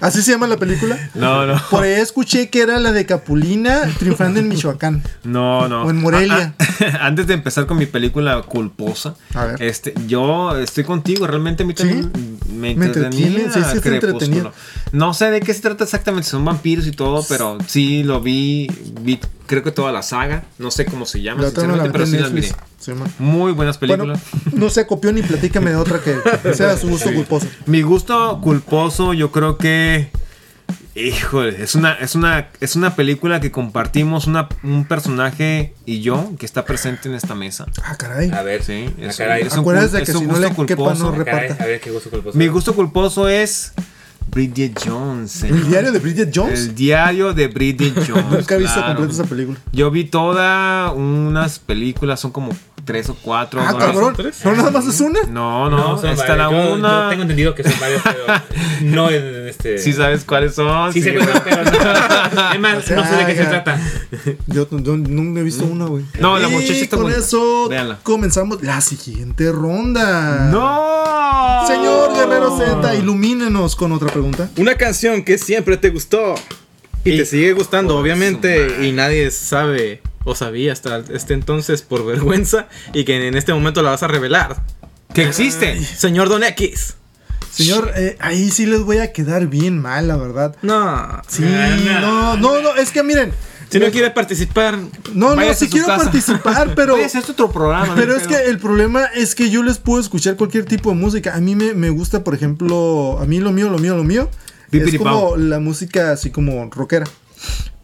¿Así se llama la película? No, no. Por ahí escuché que era la de Capulina triunfando en Michoacán. No, no. O en Morelia. Ah, [laughs] ah, antes de empezar con mi película culposa, A ver. este, yo estoy contigo, realmente a mí Sí. también me Me entretenía. entretiene, sí, sí, te Crepúsculo. entretenía. No sé de qué se trata exactamente, si son vampiros y todo, pero sí lo vi, vi creo que toda la saga, no sé cómo se llama, La otra no la sinceramente, metí pero en sí las miré. Netflix. Sí, man. Muy buenas Bueno, películas. no se copió ni platícame de otra que que sea su gusto culposo. Mi gusto culposo, yo creo que. Híjole, es una, es una, es una película que compartimos una, un personaje y yo que está presente en esta mesa. Ah, caray. A ver, Sí, es, ah, caray. es un, Acuérdate cul- que es un si no gusto le quepa, culposo. no re- Ah, Caray, reparta. a ver qué gusto culposo. Mi gusto culposo es Bridget Jones. señor. ¿El diario de Bridget Jones? El diario de Bridget Jones. [laughs] Nunca he visto Eh, claro. completa esa película. Yo vi todas unas películas, son como tres o cuatro. Ah, ¿no? cabrón. tres? No, nada más es una. No, No, no, son está la varios. Yo- Yo, una. tengo entendido que son varios, [laughs] pero no en este. Si sabes cuáles son. Sí, sí, sé que güey. son, pero no. Es más, O sea, no sé de qué se ya. trata. Yo, yo nunca he visto una, güey. Mm. No, la Y muchacha está Con bonita. eso Véanla. comenzamos la siguiente ronda. ¡No! Señor Guerrero Z, ilumínenos con otra pregunta. Una canción que siempre te gustó y te Hijo sigue gustando, de su obviamente, y nadie sabe o sabía hasta este entonces por vergüenza y que en este momento la vas a revelar. Que existe. Señor Don X. Señor, eh, ahí sí les voy a quedar bien mal, la verdad. No. Sí, no, no, no, es que miren. Si no quiere participar, No, no, váyase si a su quiero casa. participar, pero. Oye, es esto otro programa. Pero no es creo. que el problema es que yo les puedo escuchar cualquier tipo de música. A mí me, me gusta, por ejemplo, a mí lo mío, lo mío, lo mío. Es Pipiripao. como la música así como rockera.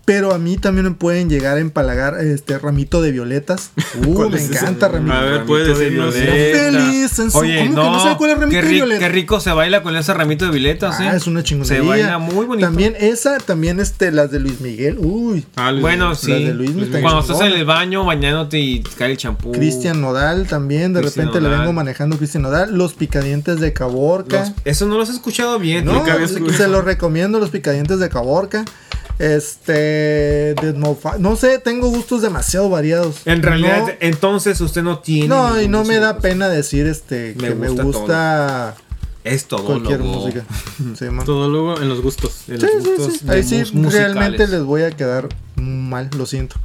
Pero a mí también me pueden llegar a empalagar este ramito de [laughs] violetas. Uh, ¿Cuál me es ese? encanta ramito. A ver, puede Ramito de decirnos. violeta. Feliz en su- Oye, ¿cómo no, que no sabe cuál es ramito qué, de ri- violeta? qué rico se baila con ese ramito de violetas, ¿eh? Ah, es una chingonería. Se baila muy bonito. También esa, también este, las de Luis Miguel. Uy. Ah, Luis, Bueno, Las sí. de Luis me están Cuando estás en chingonas. el baño bañándote y te cae el champú. Cristian Nodal también, de Uh. Cristian repente le Nodal. vengo manejando Cristian Nodal. Los picadientes de Caborca. Los- Eso no lo has escuchado bien. No, Nunca había se- se escuchado. los recomiendo los picadientes de Caborca. Este, de No Fa- no sé, tengo gustos demasiado variados. En realidad, No- entonces usted no tiene. no, y ningún no me gusto. da pena decir este Me que me gusta gusta Es todo. cualquier loco. [laughs] música. Sí, man. Todo luego en los gustos. en Sí, los sí, gustos sí. de Ahí sí, mus- musicales. realmente les voy a quedar mal, lo siento.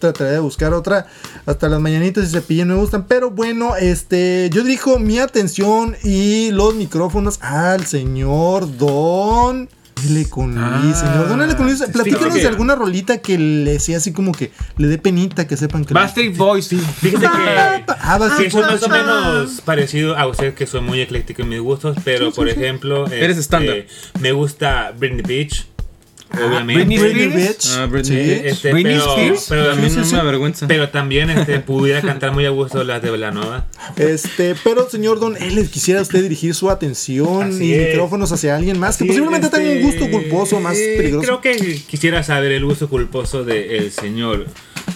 Trataré de buscar otra. Hasta las mañanitas y cepillín me gustan. Pero bueno, este. Yo dirijo mi atención y los micrófonos al señor Don. L con Luis, señor Don L con Luis. Platícanos fíjate de que- alguna rolita que le sea así como que le dé penita que sepan que. Backstreet Boys, [laughs] sí. Fíjese que. [laughs] Ah, va, sí, Que soy más o pa- menos parecido a usted, que soy muy ecléctico en mis gustos, pero por ejemplo. Eres este, estándar. Me gusta Britney Beach. Obviamente. Britney Ah, Britney Spears. Bitch. Ah, Britney Sí. Spears. Este, Britney pero, Spears. pero A mí también, no me avergüenza. pero también, este, pudiera cantar muy a gusto las de Belanova. Este, pero señor Don L, quisiera usted dirigir su atención Así y es. micrófonos hacia alguien más que Sí, posiblemente tenga un este, gusto culposo más eh, peligroso. Creo que quisiera saber el gusto culposo del señor,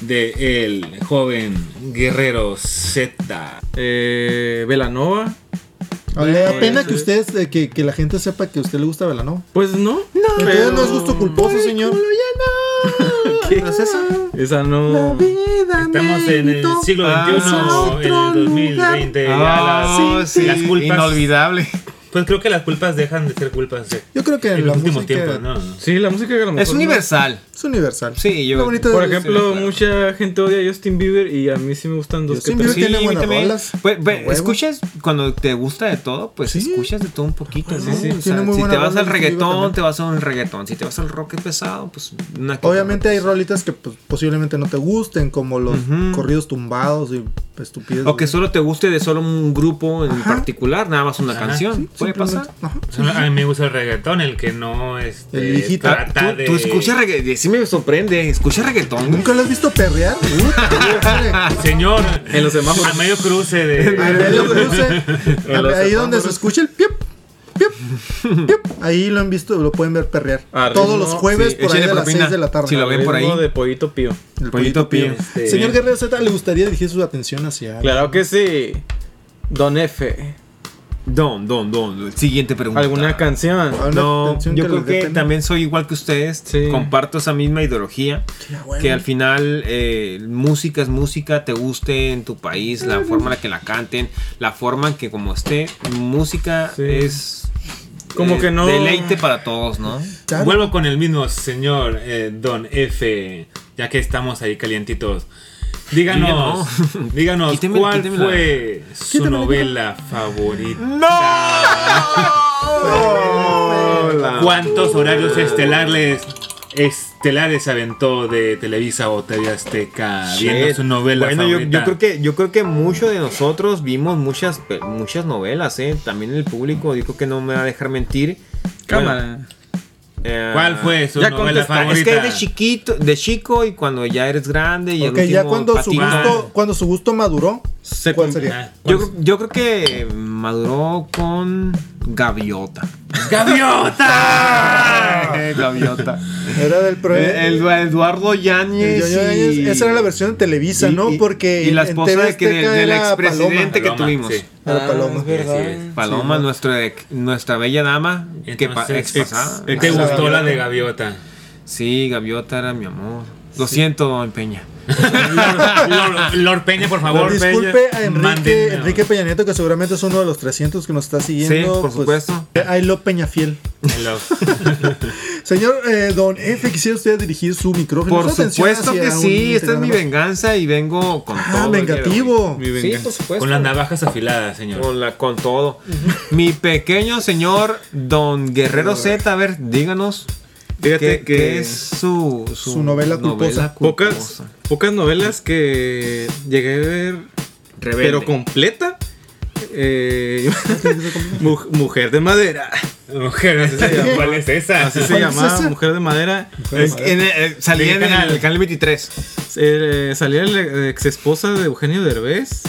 de el joven guerrero Z. Eh, Velanova. Ah, Le da Bueno, pena sí. que usted, eh, que, que la gente sepa que a usted le gusta Belanova. Pues no. Entonces no es gusto culposo, señor. [laughs] ¿Qué es esa? Esa no. Estamos en el siglo Ah, XXI, en el 2020. ya Ah, las, las culpas. Inolvidable. Pues creo que las culpas dejan de ser culpas de- Yo creo Pues que en la los últimos música tiempos, ¿no? Sí, la música a lo Es mejor no. universal. es universal. Sí, yo- Lo bonito Por de- ejemplo, mucha gente odia a Justin Bieber y a mí sí me gustan dos Justin que tres. Bieber Sí, tiene a mí buenas también. rolas, Pues, pues, a huevo. escuchas cuando te gusta de todo, pues escuchas de todo un poquito. ¿no? Ah, sí, O tiene sea, muy si buena te vas banda Justin Bieber al también. reggaetón, te vas a un reggaetón. Si te vas al rock pesado, pues una que Obviamente otra. hay rolitas que pues, posiblemente no te gusten, como los corridos tumbados y estúpidos. O que solo te guste de solo un grupo en Ajá. particular, nada más una Ajá. canción. Puede pasar. Pues, A mí me gusta el reggaetón, el que no este, El viejito. trata Ah, Tú, de. tú escuchas reggaetón. Sí me sorprende. Escuchas reggaetón. ¿Nunca lo has visto perrear? Uh, Ah, Señor, En los semáforos. a medio [laughs] cruce de. A medio cruce, A los ahí donde semáforos. se escucha el piep, piep, piep, ahí lo han visto, lo pueden ver perrear. Ah, Todos ritmo, los jueves sí, por ahí échenle de las propina. 6 de la tarde. Si lo ven por ahí. Ritmo de pollito pío. El Pollito Pío. Este, Señor Guerrero Z, ¿le gustaría dirigir su atención hacia Claro que sí. Don F. Don, don, don. Siguiente pregunta. ¿Alguna canción? a una [laughs] No, atención yo les creo dé que pena? también soy igual que ustedes. Sí. Comparto esa misma ideología. Ah, bueno. Que al final eh, música es música, te guste en tu país, la forma en la que la canten, la forma en que como esté, música Sí. es eh, Como que no- deleite para todos, ¿no? Claro. Vuelvo con el mismo señor eh, Don F, ya que estamos ahí calientitos. Díganos, [laughs] díganos Quítemela, cuál quítemela. fue su novela favorita. ¿Cuántos horarios estelares estelares aventó de Televisa o TV Azteca viendo Shit. su novela Bueno, yo, favorita? yo creo que yo creo que muchos de nosotros vimos muchas pe- muchas novelas, ¿eh? También el público, yo creo que no me va a dejar mentir. Bueno, Cámara. eh, ¿Cuál fue su ya novela contesta. Es favorita? que de chiquito, de chico y cuando ya eres grande y el Ok, ya último cuando su, patito. gusto, cuando su gusto maduró, Se ¿cuál com- sería? Ah, Yo, creo- yo creo que maduró con Gaviota. Ah. ¡Gaviota! [laughs] Gaviota. Era del Eh, El, proyecto. el Eduardo El Yáñez. Yo-Yo y- eh, Yáñez, Esa era la versión de Televisa, y- ¿no? y- Porque Y la en esposa TV de que de- Azteca del era expresidente que Paloma, tuvimos. sí. Paloma. Era Paloma. Ah, es verdad. Así es. Paloma, nuestra, nuestra bella dama. que pa- Entonces, expasada. ¿Te Ah, gustó la la de Gaviota? Sí, Gaviota era mi amor. Lo siento, don Peña. Lord, Lord- Lord Peña, por favor. Disculpe a Peña, Enrique, mándenme- Enrique Peña Nieto, que seguramente es uno de los 300 que nos está siguiendo. pues, Sí, por supuesto. I love Peña Fiel. Hello. Señor eh, Don F, quisiera usted dirigir su micrófono. Por su atención supuesto hacia que un sí, esta es mi integrante. venganza y vengo con Ah, todo. el día de vengativo. hoy. Mi Sí, venganza. por supuesto. Con las navajas afiladas, señor. Con, la- con todo. Mi pequeño señor Don Guerrero Z, a ver, díganos. Fíjate qué- que- qué es su, Su novela culposa. Pocas, pocas novelas que llegué a ver, pero completa. Eh, [laughs] Mu- Mujer de madera. Mujer, así se llama. ¿cuál es esa? Así se ¿Cuál es llamaba esa? Mujer de madera. de Es- Madera. en el- eh, Salía salía en en el el- canal 23. eh, salía la ex esposa de Eugenio Derbez.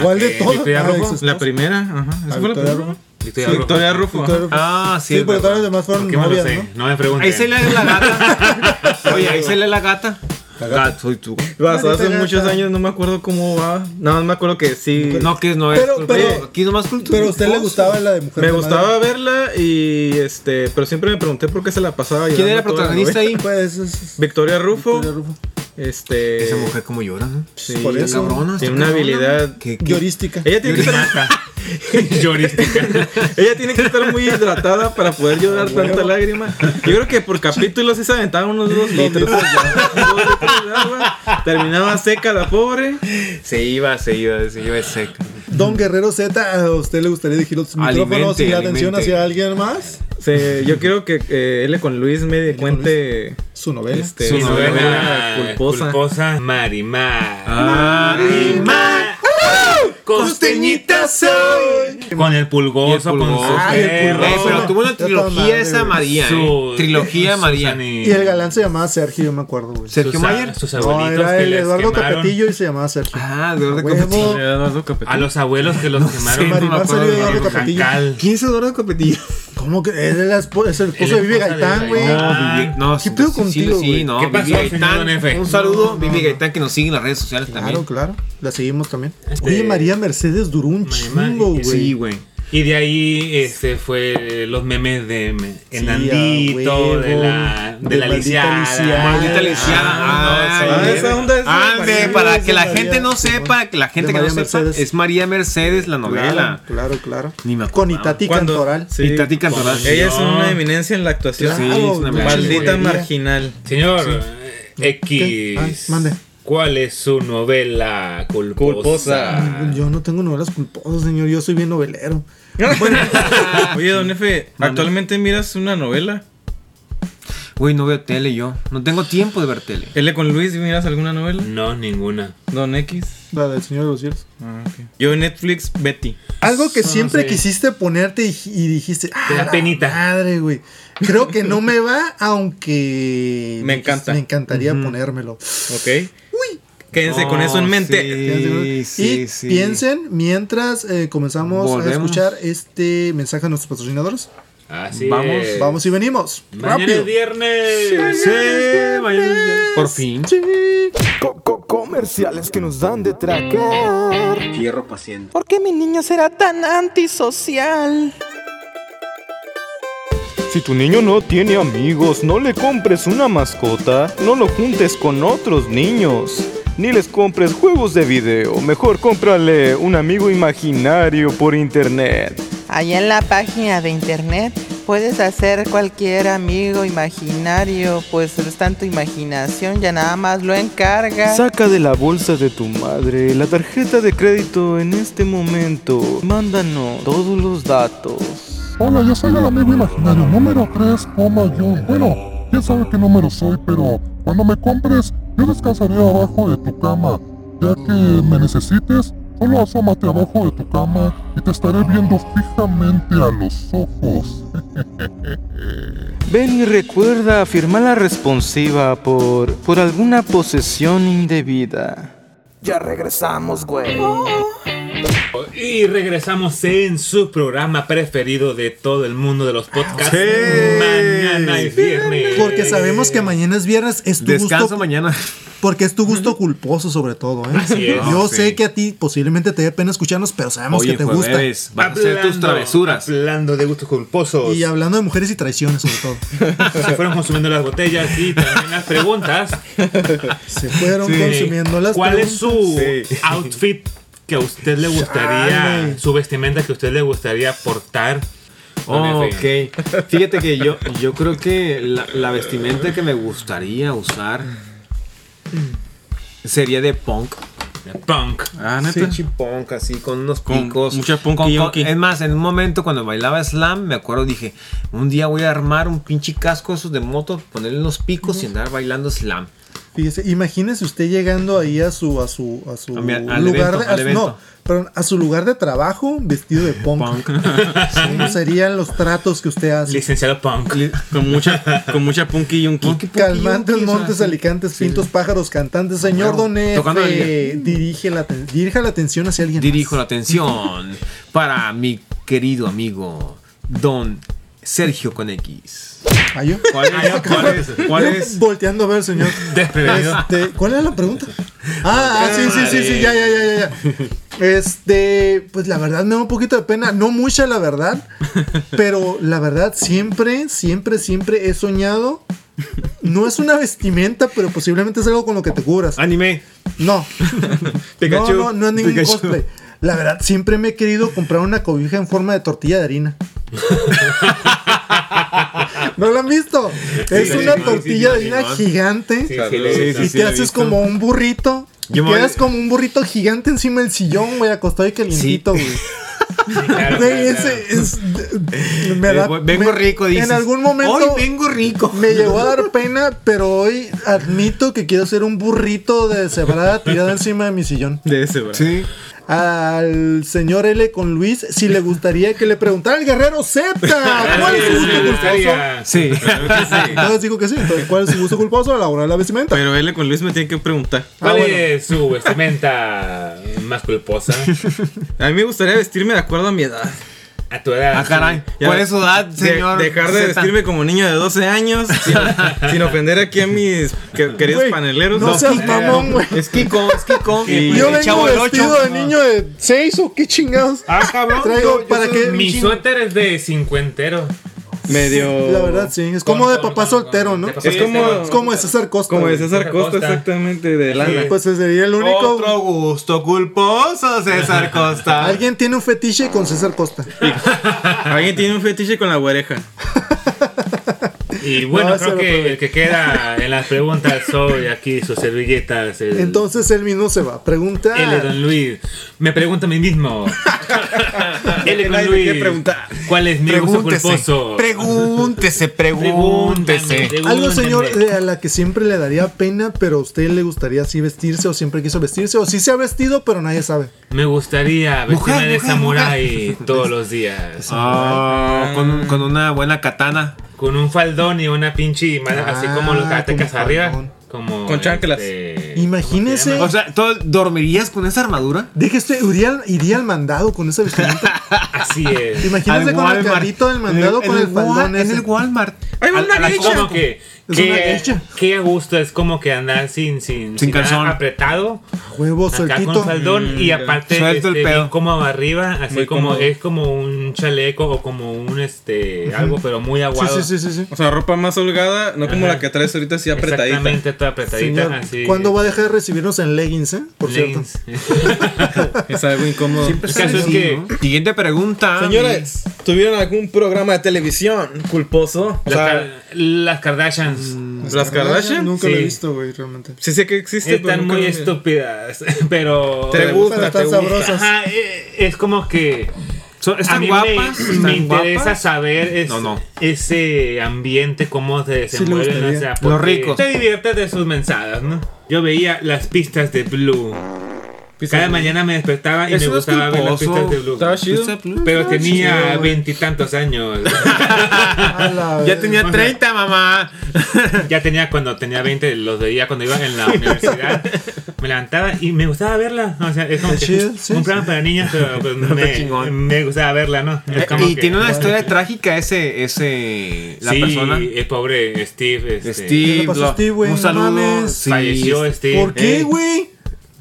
¿Cuál de Eh, todas? Victoria Ah, Rufo. ex- La primera, ajá. ¿Esa Ah, fue la Victoria primera? Rufo. Victoria Sí, Rufo. Victoria Rufo. ajá. Victoria Rufo. Ah, sí. Sí, es pero todas las verdad. demás fueron ¿Por qué me lo novias, sé? ¿no? No me pregunten. Ahí se le [laughs] la gata. Oye, ahí se le la gata. Gato, soy tú. Vas, Marita hace Gata. muchos años no me acuerdo cómo va. Nada más me acuerdo que sí. No, que no es. Pero- culpa- pero- aquí nomás cultura. Pero a usted le gustaba la de mujer. me de gustaba madera. verla y este, pero siempre me pregunté por qué se la pasaba ¿Quién era llorando toda la protagonista novela. ahí? Pues es- es- Victoria Rufo. Victoria Rufo. Este Esa mujer como llora, ¿no? sí, por está eso. cabrona, Tiene una está cabrona. habilidad ¿Qué- qué- Llorística. Ella tiene, que estar, Llorística. [laughs] ella tiene que estar muy hidratada para poder llorar tanta lágrima. Yo creo que por capítulo sí se aventaba unos dos litros. litros Dos litros de agua. Terminaba seca la pobre. Se iba, se iba, se iba de seca. Don Guerrero Z, ¿a usted le gustaría dirigir los Alimente, micrófonos y la atención alimente. hacia alguien más? Se- yo quiero que eh, L con Luis me cuente Su novela. este, Su su novela novela culposa. Ah. culposa. Marimar. Ah, Marimar. Costeñita soy. Con el pulgoso, Y el con pulgoso. su Ah, el perro. Eh, pero tuvo una Ya toda trilogía madre, esa güey. María. Su- eh. Trilogía su- María. Susani- Y el galán se llamaba Sergio, yo me acuerdo, güey. Sergio sus- Mayer. Sus No, abuelitos era que el les Eduardo quemaron. Capetillo y se llamaba Sergio. Ah, Eduardo A huevo. Capetillo. Eduardo Capetillo. A los abuelos que los quemaron. no me Marimar acuerdo. salió de Eduardo Diego Capetillo. Jacal. ¿Quién es Eduardo Capetillo? ¿Cómo que? Es el esposo, es el esposo de El Vive esposo de Gaitán, Vive güey. Gaitán. No, Vivi- no, ¿Qué sí, pedo sí, sí, contigo, Sí, güey? no, ¿Qué Vivi pasó, señor Gaitán, Don Efe? Un saludo, Vivi Gaitán, que nos sigue en las redes sociales Claro, también. claro. La seguimos también. Este- Oye, María Mercedes duró un Marimar, chingo, y- güey. Sí, güey. Y de ahí este fue los memes de me- Sí, a Hernandito, huevo, de la de, de la maldita lisiada. lisiada. Maldita Ah, lisiada. no, Ay, esa- mira. esa onda es de Ande, María para Mercedes, que la María, gente no sí, sepa, güey. que la gente De que no María sepa, Mercedes. es María Mercedes la novela. Claro, claro. Ni me Con acordaba. Itati Cuando- Cantoral. sí. Y Tati Cantoral. Oh, Ella es una eminencia en la actuación. Sí, es una güey. Maldita Chingonería. marginal. Señor eh, ¿Qué? Ay, X. mande. ¿Cuál es su novela culposa? Yo no tengo novelas culposas, señor. Yo soy bien novelero. [laughs] Oye, don Efe, ¿actualmente miras una novela? Güey, no veo tele yo. No tengo tiempo de ver tele. ¿L con Luis miras alguna novela? No, ninguna. Don X. La del Señor de los Cielos. Ah, ok. Yo en Netflix, Betty. Algo que siempre quisiste ponerte y, y dijiste, ah, Te da la penita. Madre, güey. Creo que no me va, aunque. Me encanta. Me encantaría ponérmelo. Ok. Quédense con eso en Oh, mente. Sí, sí, y sí. piensen mientras eh, comenzamos a Volvemos. escuchar este mensaje a nuestros patrocinadores. Así Vamos, es. Vamos y venimos. Mañana Rápido. es viernes. Sí, vaya- Por fin. comerciales que nos dan de tragar. ¿Por qué mi niño será tan antisocial? Si tu niño no tiene amigos, no le compres una mascota, no lo juntes con otros niños, ni les compres juegos de video, mejor cómprale un amigo imaginario por internet. Allá en la página de internet puedes hacer cualquier amigo imaginario, pues está en tu imaginación, ya nada más lo encargas. Saca de la bolsa de tu madre la tarjeta de crédito en este momento. Mándanos todos los datos. Hola, yo soy el amigo imaginario número 3, coma yo. Bueno, quién sabe qué número soy, pero cuando me compres, yo descansaré abajo de tu cama. Ya que me necesites, solo asómate abajo de tu cama y te estaré viendo fijamente a los ojos. Ven y recuerda firmar la responsiva por, por alguna posesión indebida. Ya regresamos, güey. Y regresamos en su programa preferido de todo el mundo de los podcasts. Mañana es viernes. Ah, Porque sabemos que mañana es viernes, es tu Descanso gusto. mañana. Porque es tu gusto culposo, sobre todo. ¿eh? Así es. Yo No, sé sí. que a ti posiblemente te dé pena escucharnos, pero sabemos Oye, que te jueves, gusta. vas a hacer tus travesuras. Hablando de gustos culposos. Y hablando de mujeres y traiciones, sobre [laughs] todo. Se fueron consumiendo las botellas y también las preguntas. Se fueron consumiendo las ¿Cuál es su preguntas? Sí. outfit que a usted le gustaría, Chale. su vestimenta que a usted le gustaría portar? Oh, ok. Fíjate que yo, yo creo que la, la vestimenta que me gustaría usar Mm. sería de punk. Punk. Ah, neta. Sí, punk, así, con unos Con picos. mucha punky-yonky. Es más, en un momento cuando bailaba slam, me acuerdo, dije, un día voy a armar un pinche casco esos de moto, ponerle unos picos y andar bailando slam. Fíjese, imagínese usted llegando ahí a su a su a su A mi- al lugar evento, de, a al su- evento. no, perdón, a su lugar de trabajo vestido de punk. ¿Cómo [laughs] serían los tratos que usted hace? Licenciado Punk. Con mucha, con mucha punky yunky. Calmantes, montes, alicantes, pintos, pájaros, cantantes. Señor Don Efe, Tocando el- dirige la, aten- dirija la atención hacia alguien. Dirijo la atención para mi querido amigo Don Sergio con X. ¿Ayo? ¿Cuál es? ¿Cuál es? ¿Cuál es? Volteando a ver, señor. Desprevenido. Este, ¿Cuál era la pregunta? Ah, ah, sí, sí, sí, sí, ya, ya, ya, ya, ya. Este, pues la verdad me da un poquito de pena, no mucha la verdad, pero la verdad siempre, siempre, siempre he soñado. No es una vestimenta, pero posiblemente es algo con lo que te cubras. Anime. No. Pikachu. No, no, no es ningún Pikachu. cosplay. La verdad, siempre me he querido comprar una cobija en forma de tortilla de [laughs] harina. ¿No la han visto? es sí, una sí, sí, tortilla sí, de harina sí, gigante. sí, sí, sí, sí, y sí, te la he haces visto. como un burrito. Y Yo me voy- quedas como un burrito gigante encima del sillón, güey, acostado y calientito, güey. Güey, ese es- me Eh, da- voy- vengo me- rico, dices. En algún momento. Hoy vengo rico. Me llegó a dar pena, pero hoy admito que quiero ser un burrito de cebrada tirado encima de mi sillón. De ese, bro. Sí. Al señor L con Luis, si le gustaría que le preguntara al guerrero Z, ¿cuál es su gusto culposo? Sí. Entonces digo que sí, entonces ¿cuál es su gusto culposo? La hora de la vestimenta. Pero él con Luis me tiene que preguntar. ¿Cuál Ah, es su vestimenta más [laughs] culposa? A mí me gustaría vestirme de acuerdo a mi edad. A tu edad. Ah, caray. Ya- ¿Cuál es su edad, de- señor? dejar de Z? vestirme como niño de 12 años. sin, [laughs] sin ofender aquí a mis que- queridos Güey, paneleros. no seas mamón, güey. Es Kiko, es Kiko. Y- Yo El vengo chavo del ocho. vestido de niño de 6 o qué chingados. Ah, cabrón. Traigo para que Mi suéter es de cincuentero. Medio. La verdad, sí. Es como de papá soltero, ¿no? De papá Es como. Es como de César Costa. Como de güey. César Costa, exactamente, de lana. Pues ese sería el único. Otro gusto culposo, César Costa. Alguien tiene un fetiche con César Costa. Alguien tiene un fetiche con la oreja. Y bueno, No, se creo lo que probé. el que queda en las preguntas soy aquí sus servilletas. El, Entonces ah. él mismo se va. Pregunta. el de Don Luis. Me pregunto a [laughs] mí mismo. el de Don Nadie me quiere Luis. preguntar. ¿Cuál es mi gusto culposo? pregúntese, Pregúntame, Algo, señor, pregúntame. eh, a la que siempre le daría pena, pero a usted le gustaría así vestirse o siempre quiso vestirse o sí se ha vestido, pero nadie sabe. Me gustaría vestirme Mujer, de mujer, samurái todos los días. Ah, con, un- con una buena katana. Con un faldón y una pinche mano así como los Ah, karatecas con un arriba. faldón. Como Con chanclas. este, Imagínese. O sea, ¿tú dormirías con esa armadura? Deje usted, iría al, iría al mandado con esa vestimenta. Así [laughs] es. Imagínese Al con el Walmart. carrito del mandado En con el Wa- faldón En ese. el Walmart. ¡Ay, A- a una la- geisha! como que, Es que- una geisha. que a gusto es como que andar sin sin, Sin nada calzón. apretado Huevo, acá sueltito. con faldón Mm, y aparte Suelto el este, pedo. bien cómodo arriba así Muy como cómodo. es como un chaleco o como un este algo pero muy Sí, aguado sí, sí, sí, sí. O sea, ropa más holgada, no como Ajá. la que traes ahorita, así apretadita. exactamente toda apretadita Señor, así ¿cuándo va a dejar de recibirnos en leggings, eh? Por cierto. Leggings. Es algo incómodo. [laughs] el caso es que Siguiente pregunta. Señores, ¿tuvieron algún programa de televisión culposo? O las, sea, Kar- las Kardashians Mm. las Kardashian. Nunca lo he Sí. visto, güey, realmente. Sí sé que existe, pero están nunca muy lo vi. estúpidas [laughs] pero Te gusta, Pero te están gusta. sabrosas. [laughs] Ajá, eh, es como que Son- A ¿Están mí guapas? Me, ¿Están me interesa guapas? saber es- No, no. ese ambiente, cómo se Sí, le desenvuelven. gustaría. o sea, Los porque ricos. Te diviertes de sus mensadas, ¿no? Yo veía las pistas de Blue. Cada mañana me despertaba y Eso me no es gustaba ver las culposo. pistas de Blue. Estaba chido. Pizza Blue. Pero Estaba tenía chido, güey. veintitantos años. Ya tenía 30, mamá. Ya tenía cuando tenía 20, los veía cuando iba en la universidad. Me levantaba y me gustaba verla. O sea, es como Está que chido, sí, un programa para niñas, pero pues, me, me gustaba verla, ¿no? Es Eh, como Y que- tiene una historia trágica ese, ese, la sí, eh, persona. el pobre Steve. este, Steve, ¿Qué le pasó a lo- Steve, güey? un No saludo, mames. sí. Falleció Steve. Eh, ¿Por qué, ¿Qué, güey?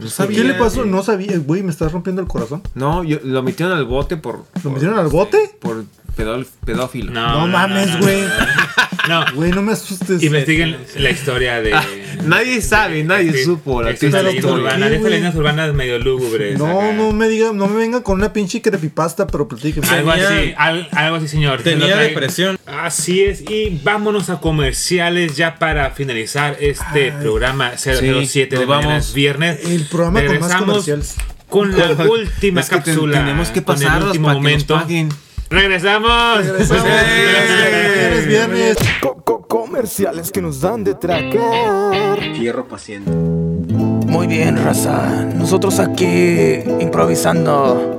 ¿Qué sabía, le pasó? güey. No sabía, güey, me estás rompiendo el corazón. No, yo- lo metieron al bote por. ¿Lo metieron al bote? Por pedol- pedófilo. [laughs] No, mames, güey. No. Güey, no me asustes. Investiguen la historia de. Ah, Nadie eh, sabe, nadie supo. La de estas triste leyendas historia. urbanas, de estas leyendas urbanas medio lúgubres. No, no me diga, no me venga con una pinche creepypasta, pero platíqueme. Algo así, al- algo así, señor. Tenía Lo trae- depresión. Así es. Y vámonos a comerciales ya para finalizar este programa 007 de nos mañana vamos. es viernes. El programa con más Regresamos comerciales. con la [laughs] última Es que te- cápsula. tenemos que con el pasarlos último para que nos momento. Regresamos. Regresamos. viernes. comerciales que nos dan de tragar. Hierro paciente. Muy bien, raza. Nosotros aquí improvisando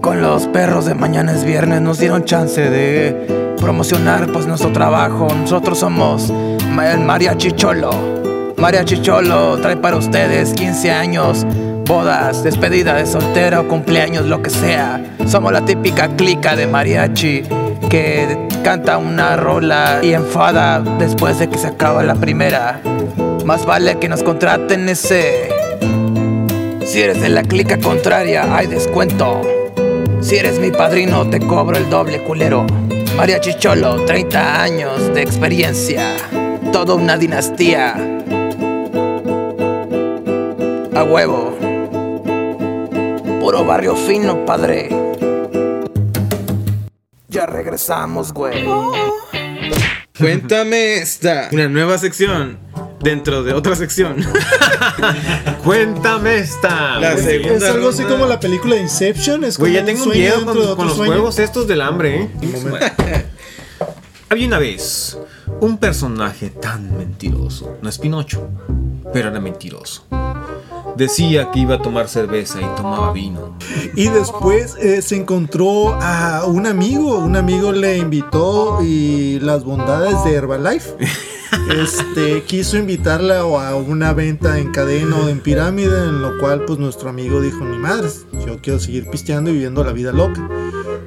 con los perros de mañana es viernes. Nos dieron chance de promocionar pues nuestro trabajo. Nosotros somos ma- el Mariachi Cholo. Mariachi Cholo trae para ustedes 15 años, bodas, despedida de soltero, cumpleaños, lo que sea. Somos la típica clica de mariachi que canta una rola y enfada después de que se acaba la primera. Más vale que nos contraten ese. Si eres de la clica contraria, hay descuento. Si eres mi padrino, te cobro el doble culero. María Chicholo, 30 años de experiencia. Toda una dinastía. A huevo. Puro barrio fino, padre. Ya regresamos, güey. Cuéntame esta. Una nueva sección dentro de otra sección. [laughs] Cuéntame esta. La Güey, segunda Es algo así ronda. como la película Inception. Es Güey, como ya tengo sueño miedo dentro con, de otro con los sueño. juegos estos del hambre, ¿eh? [laughs] Había una vez un personaje tan mentiroso. No es Pinocho, pero era mentiroso. Decía que iba a tomar cerveza y tomaba vino. Y después eh, se encontró a un amigo. Un amigo le invitó y las bondades de Herbalife. Este quiso invitarla a una venta en cadena o en pirámide, en lo cual pues nuestro amigo dijo, ni madres, yo quiero seguir pisteando y viviendo la vida loca.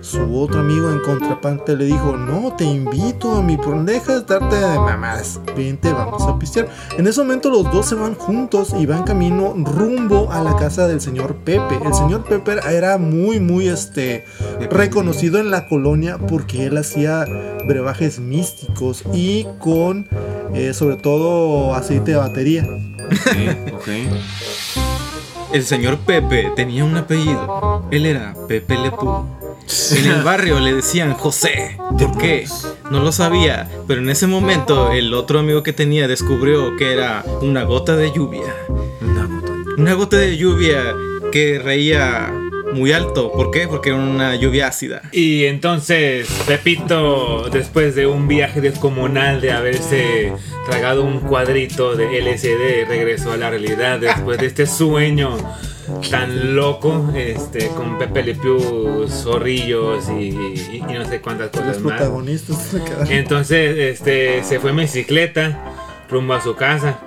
Su otro amigo en contrapante le dijo, no, te invito a mi pendeja, darte de mamadas, vente, vamos a pistear. En ese momento los dos se van juntos y van camino rumbo a la casa del señor Pepe. El señor Pepe era muy, muy, este, reconocido en la colonia porque él hacía brebajes místicos y con, eh, sobre todo, aceite de batería. El señor Pepe tenía un apellido. Él era Pepe Lepú. En el barrio le decían José. ¿Por qué? No lo sabía, pero en ese momento el otro amigo que tenía descubrió que era una gota de lluvia. Una gota de lluvia que reía muy alto. ¿Por qué? Porque era una lluvia ácida. Y entonces, Pepito, después de un viaje descomunal de haberse tragado un cuadrito de LSD, regresó a la realidad después de este sueño tan loco, este, con Pepe Le Pew, zorrillos y, y- y no sé cuántas Los cosas más. protagonistas se quedaron. Entonces, este, se fue en bicicleta rumbo a su casa.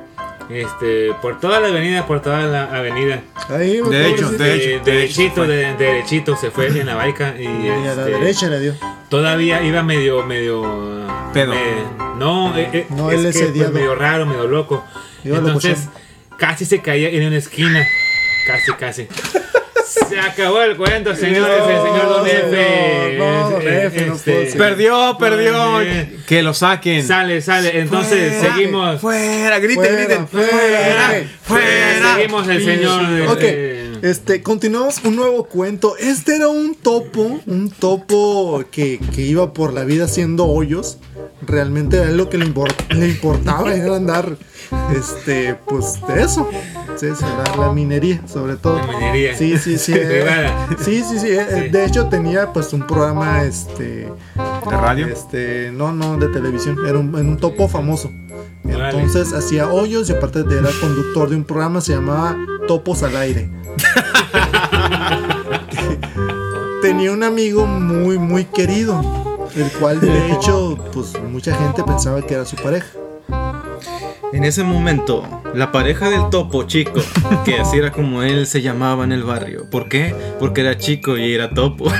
Este, por toda la avenida, por toda la avenida. Este, Ahí, me De hecho, pobrecito. de hecho, de derechito, de- derechito se fue en la baica y, Y a la este, derecha le dio. Todavía iba medio, medio. eh, no, eh, eh, No, es él que ese día fue medio raro, medio loco. Iba a lo Entonces, casi se caía en una esquina. Casi, casi. Se acabó el cuento, señor, señor Don F. no, don Eh, F, no este, puedo ser. Perdió, perdió. Don F. Que lo saquen. Sale, sale. Entonces, eh, Fuera, seguimos. Fuera, griten, Fuera, griten. fuera, fuera. Seguimos el señor. Ok, eh, este, continuamos un nuevo cuento. Este era un topo, un topo que, que iba por la vida haciendo hoyos. Realmente a él lo que le, impor- le importaba era andar, este, pues de eso. Sí, sí, la, la minería, sobre todo. minería. Sí, sí, [laughs] sí. eh, Privada. sí, sí, sí. eh, eh, De hecho tenía pues un programa, este... ¿De radio? Este, no, no, de televisión. Era un, en un topo famoso. Entonces hacía hoyos y aparte de- era conductor de un programa, se llamaba topos al [laughs] aire. Tenía un amigo muy, muy querido, el cual de hecho, pues mucha gente pensaba que era su pareja. En ese momento, la pareja del topo chico, que así era como él se llamaba en el barrio. ¿Por qué? Porque era chico y era topo. [laughs]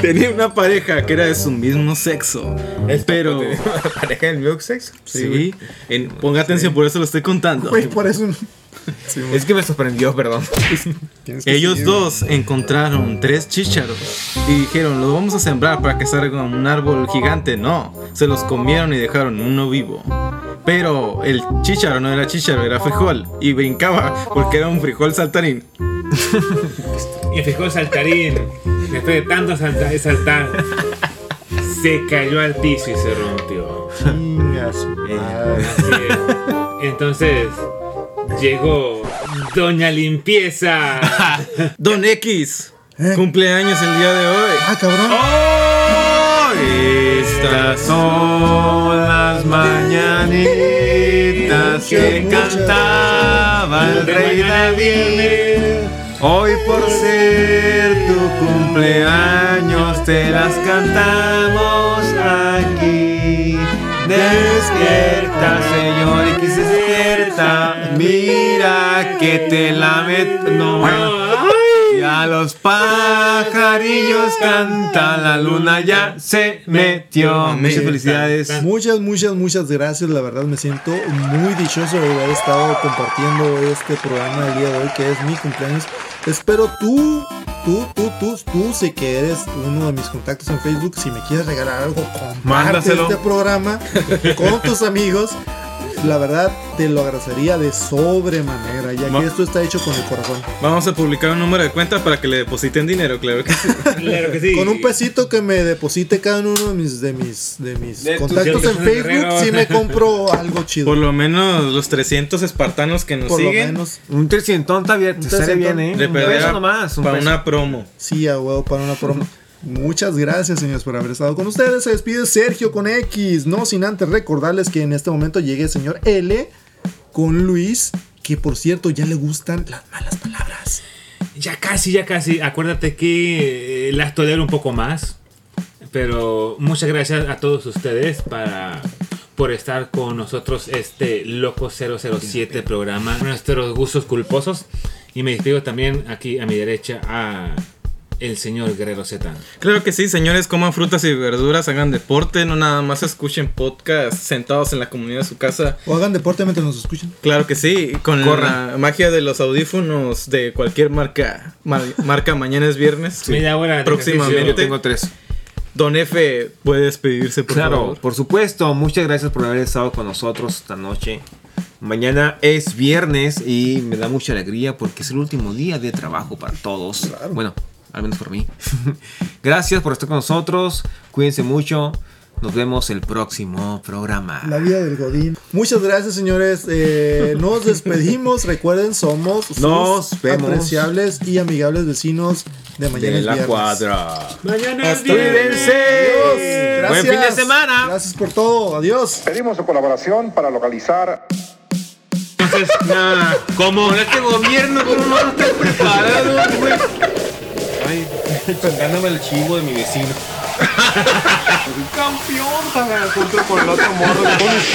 Tenía una pareja que era de su mismo sexo. pero. ¿Pareja del mismo sexo? Sí. En- ponga atención, por eso lo estoy contando. Güey, por eso. Es que me sorprendió, perdón. Ellos dos encontraron tres chícharos y dijeron, los vamos a sembrar para que salga un árbol gigante. No, se los comieron y dejaron uno vivo. Pero el chícharo no era chícharo, era frijol. Y brincaba porque era un frijol saltarín. Y fijó el saltarín. Después de tanto saltar, saltar, se cayó al piso y se rompió. Eh. Así es. Eh, Entonces llegó Doña Limpieza. Don X, Eh. cumpleaños el día de hoy. Ah, cabrón. ¡Oh! Estas son las mañanitas que cantaba el rey David. Hoy por ser tu cumpleaños te las cantamos aquí. Despierta, señor, y que se despierta. Mira que te la met- no. Y a los pajarillos canta la luna ya se [laughs] metió. Muchas felicidades. Muchas, muchas, muchas gracias. La verdad me siento muy dichoso de haber estado compartiendo este programa el día de hoy, que es mi cumpleaños. Espero tú, tú, tú, tú, tú, sé que eres uno de mis contactos en Facebook. Si me quieres regalar algo, comparte Mándaselo. este programa con tus amigos. La verdad, te lo agradecería de sobremanera, ya Ma- que esto está hecho con el corazón. Vamos a publicar un número de cuenta para que le depositen dinero, claro que [laughs] sí. Claro que sí. Con un pesito que me deposite cada uno de mis, de mis, de mis De tus contactos en cientos de Facebook, guerrero. si me compro algo chido. Por lo menos los 300 espartanos que nos Por lo siguen. menos. Un trescientón está bien, te sale bien, ¿eh? Le Un perderá peso nomás, un para peso. una promo. Sí, a huevo para una promo. Muchas gracias, señores, por haber estado con ustedes. Se despide Sergio con X. No sin antes recordarles que en este momento llegue el señor L con Luis, que por cierto ya le gustan las malas palabras. Ya casi, ya casi. Acuérdate que eh, las tolero un poco más. Pero muchas gracias a todos ustedes para, por estar con nosotros este Loco 007 programa. Nuestros gustos culposos. Y me despido también aquí a mi derecha a el señor Guerrero Z. Claro que sí, señores, coman frutas y verduras, hagan deporte, no nada más escuchen podcast sentados en la comunidad de su casa. O hagan deporte mientras nos escuchan. Claro que sí, con Corran. la magia de los audífonos de cualquier marca, mar- marca mañana es viernes. Media hora de próximamente. ejercicio. Yo tengo tres. Don F puede despedirse, por claro, favor. por supuesto. Muchas gracias por haber estado con nosotros esta noche. Mañana es viernes y me da mucha alegría porque es el último día de trabajo para todos. Bueno, al menos por mí. [laughs] gracias por estar con nosotros. Cuídense mucho. Nos vemos el próximo programa. La vida del Godín. Muchas gracias, señores. Eh, nos despedimos. Recuerden, somos sus Nos vemos. apreciables y amigables vecinos de mañana. De es la viernes. cuadra. Mañana Hasta luego. Adiós. Buen Gracias. fin de semana. Gracias por todo. Adiós. Pedimos su colaboración para localizar Entonces, nada, como con este gobierno tú no lo estás preparado, güey. Ay, [laughs] sacándome el chivo de mi vecino. Campeón, junto con el otro morro.